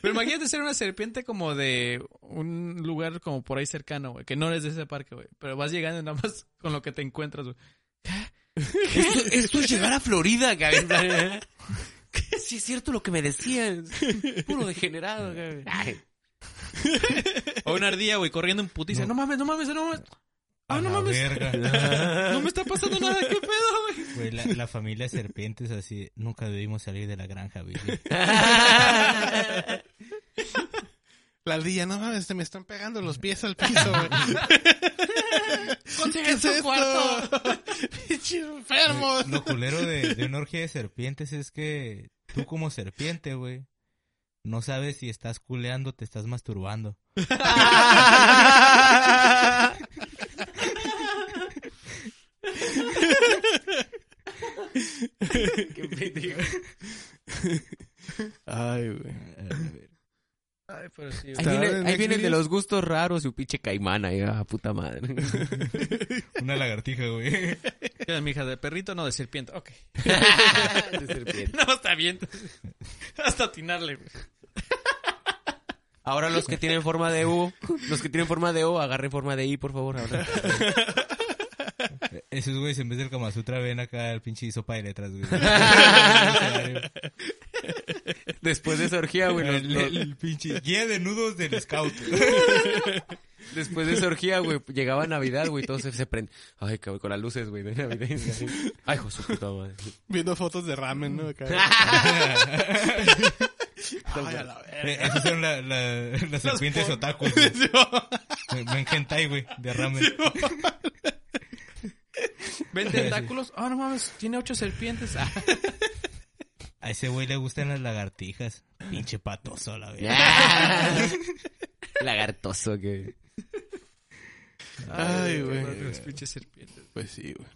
Speaker 2: Pero imagínate ser una serpiente como de un lugar como por ahí cercano, güey. Que no eres de ese parque, güey. Pero vas llegando y nada más con lo que te encuentras, güey.
Speaker 3: Esto, esto es llegar a Florida, Gaby. ¿Qué? Sí es cierto lo que me decían. Puro degenerado, Gaby. Ay,
Speaker 2: O una ardilla, güey, corriendo en putiza. No. mames, no mames, no mames. Ah,
Speaker 1: A
Speaker 2: no
Speaker 1: la
Speaker 2: mames.
Speaker 1: verga.
Speaker 2: No me está pasando nada. ¿Qué pedo, güey?
Speaker 1: Güey, la, la familia de serpientes así, nunca debimos salir de la granja, güey.
Speaker 4: La ardilla, no mames, te me están pegando los pies al piso, güey. ¿Qué es esto? Pinches enfermos.
Speaker 1: Lo culero de, de una orgía de serpientes es que tú como serpiente, güey, no sabes si estás culeando o te estás masturbando.
Speaker 3: qué pendejo.
Speaker 4: Ay, güey.
Speaker 2: Ay, pero sí,
Speaker 3: Ahí
Speaker 4: Está
Speaker 3: viene,
Speaker 4: en
Speaker 3: ahí
Speaker 4: Next
Speaker 3: viene el de
Speaker 4: Video.
Speaker 3: los gustos raros, su pinche caimán ahí, ah, puta madre.
Speaker 1: Una lagartija, güey.
Speaker 2: Mi hija de perrito, no de serpiente. Ok.
Speaker 3: De serpiente.
Speaker 2: No, está bien. Hasta atinarle, güey.
Speaker 3: Ahora los que tienen forma de U, los que tienen forma de O, agarren forma de I, por favor. Ahora.
Speaker 1: Esos güeyes en vez del Kama Sutra ven acá el pinche sopa de letras, güey.
Speaker 3: Después de esa orgía, güey, los-
Speaker 1: el,
Speaker 3: los-
Speaker 1: el pinche guía de nudos del scout.
Speaker 3: después de esa orgía, güey, llegaba Navidad, güey, todos se, se prenden. Ay, cabrón, con las luces, güey, de Navidad. Ay, hijo de su puta madre.
Speaker 4: Viendo fotos de ramen, ¿no? Acá. Ay, a la verga.
Speaker 1: Eh, Esos son la, la- las serpientes otaku. güey. Ven- Ven hentai, güey, de ramen.
Speaker 2: ¿Ven tentáculos? Ah, no mames, tiene ocho serpientes. Ah,
Speaker 1: A ese güey le gustan las lagartijas. Pinche patoso, la verdad.
Speaker 3: Lagartoso, que.
Speaker 4: Ay, güey.
Speaker 2: Los pinches serpientes.
Speaker 4: Pues sí, güey.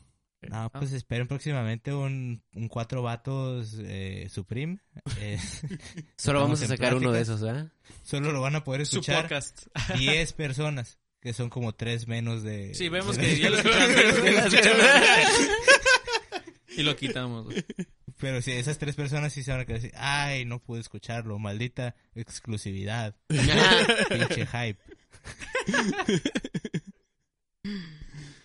Speaker 2: Ah.
Speaker 1: No, pues esperen próximamente un, un cuatro vatos eh, Supreme. Eh,
Speaker 3: Solo vamos
Speaker 1: Estamos
Speaker 3: a
Speaker 1: en
Speaker 3: sacar uno de
Speaker 1: pláticas.
Speaker 3: esos, ¿verdad?
Speaker 1: solo lo van a poder
Speaker 2: Su
Speaker 1: escuchar Eh,
Speaker 2: podcast.
Speaker 1: 10 personas, que son como tres menos de...
Speaker 2: Sí, vemos
Speaker 1: de-
Speaker 2: que ya lo escuchamos. Y lo quitamos, güey.
Speaker 1: Pero si esas tres personas sí se van a quedar así, ay, no pude escucharlo, maldita exclusividad, pinche hype.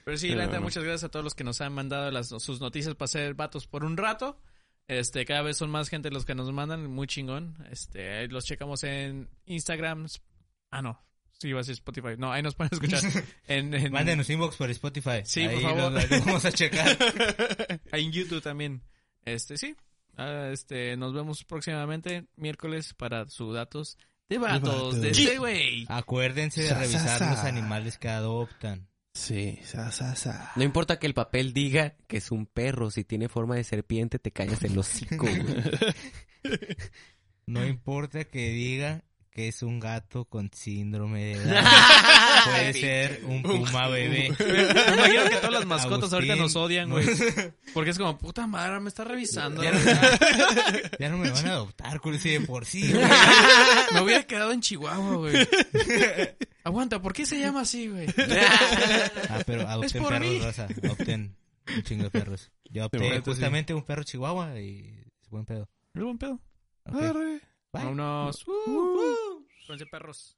Speaker 2: Pero sí, la neta,
Speaker 4: Pero-
Speaker 2: muchas gracias a todos los que nos han mandado las, sus noticias para ser vatos por un rato. Este, cada vez son más gente los que nos mandan, muy chingón. Este, ahí los checamos en Instagram. Sp- Ah, no. Sí, va a ser Spotify. No, ahí nos pueden escuchar. En, en,
Speaker 1: Mándenos inbox por Spotify.
Speaker 2: Sí, por
Speaker 1: Ahí
Speaker 2: favor.
Speaker 1: los- los vamos a checar.
Speaker 2: en YouTube también. Este, sí. Ah, este, nos vemos próximamente miércoles para sus datos de vatos
Speaker 4: vatos.
Speaker 2: de este güey.
Speaker 1: Acuérdense de
Speaker 4: Sa, sa,
Speaker 1: revisar
Speaker 4: sa.
Speaker 1: los animales que adoptan.
Speaker 4: Sí, sa, sa, sa.
Speaker 3: No importa que el papel diga que es un perro, si tiene forma de serpiente, te callas el hocico, güey.
Speaker 1: No importa que diga que es un gato con síndrome de Down. Puede ser un puma bebé.
Speaker 2: Me imagino que todas las mascotas ahorita
Speaker 1: Agustín,
Speaker 2: nos odian,
Speaker 1: no.
Speaker 2: güey. Porque es como, puta madre, me está revisando.
Speaker 1: Ya no, me van- ya no me van a adoptar, culo, si de por sí. güey.
Speaker 2: Me hubiera quedado en Chihuahua, güey. Aguanta, ¿por qué se llama así, güey?
Speaker 1: Ah, pero adopten
Speaker 2: por
Speaker 1: perros,
Speaker 2: mí.
Speaker 1: raza. Adopten un chingo de perros. Yo
Speaker 4: bueno,
Speaker 1: adopté
Speaker 4: entonces sí.
Speaker 1: justamente un perro chihuahua y es buen pedo.
Speaker 2: Es buen pedo.
Speaker 1: Ok,
Speaker 4: Arre.
Speaker 1: bye.
Speaker 2: Vámonos. Uh, uh. Ponse perros.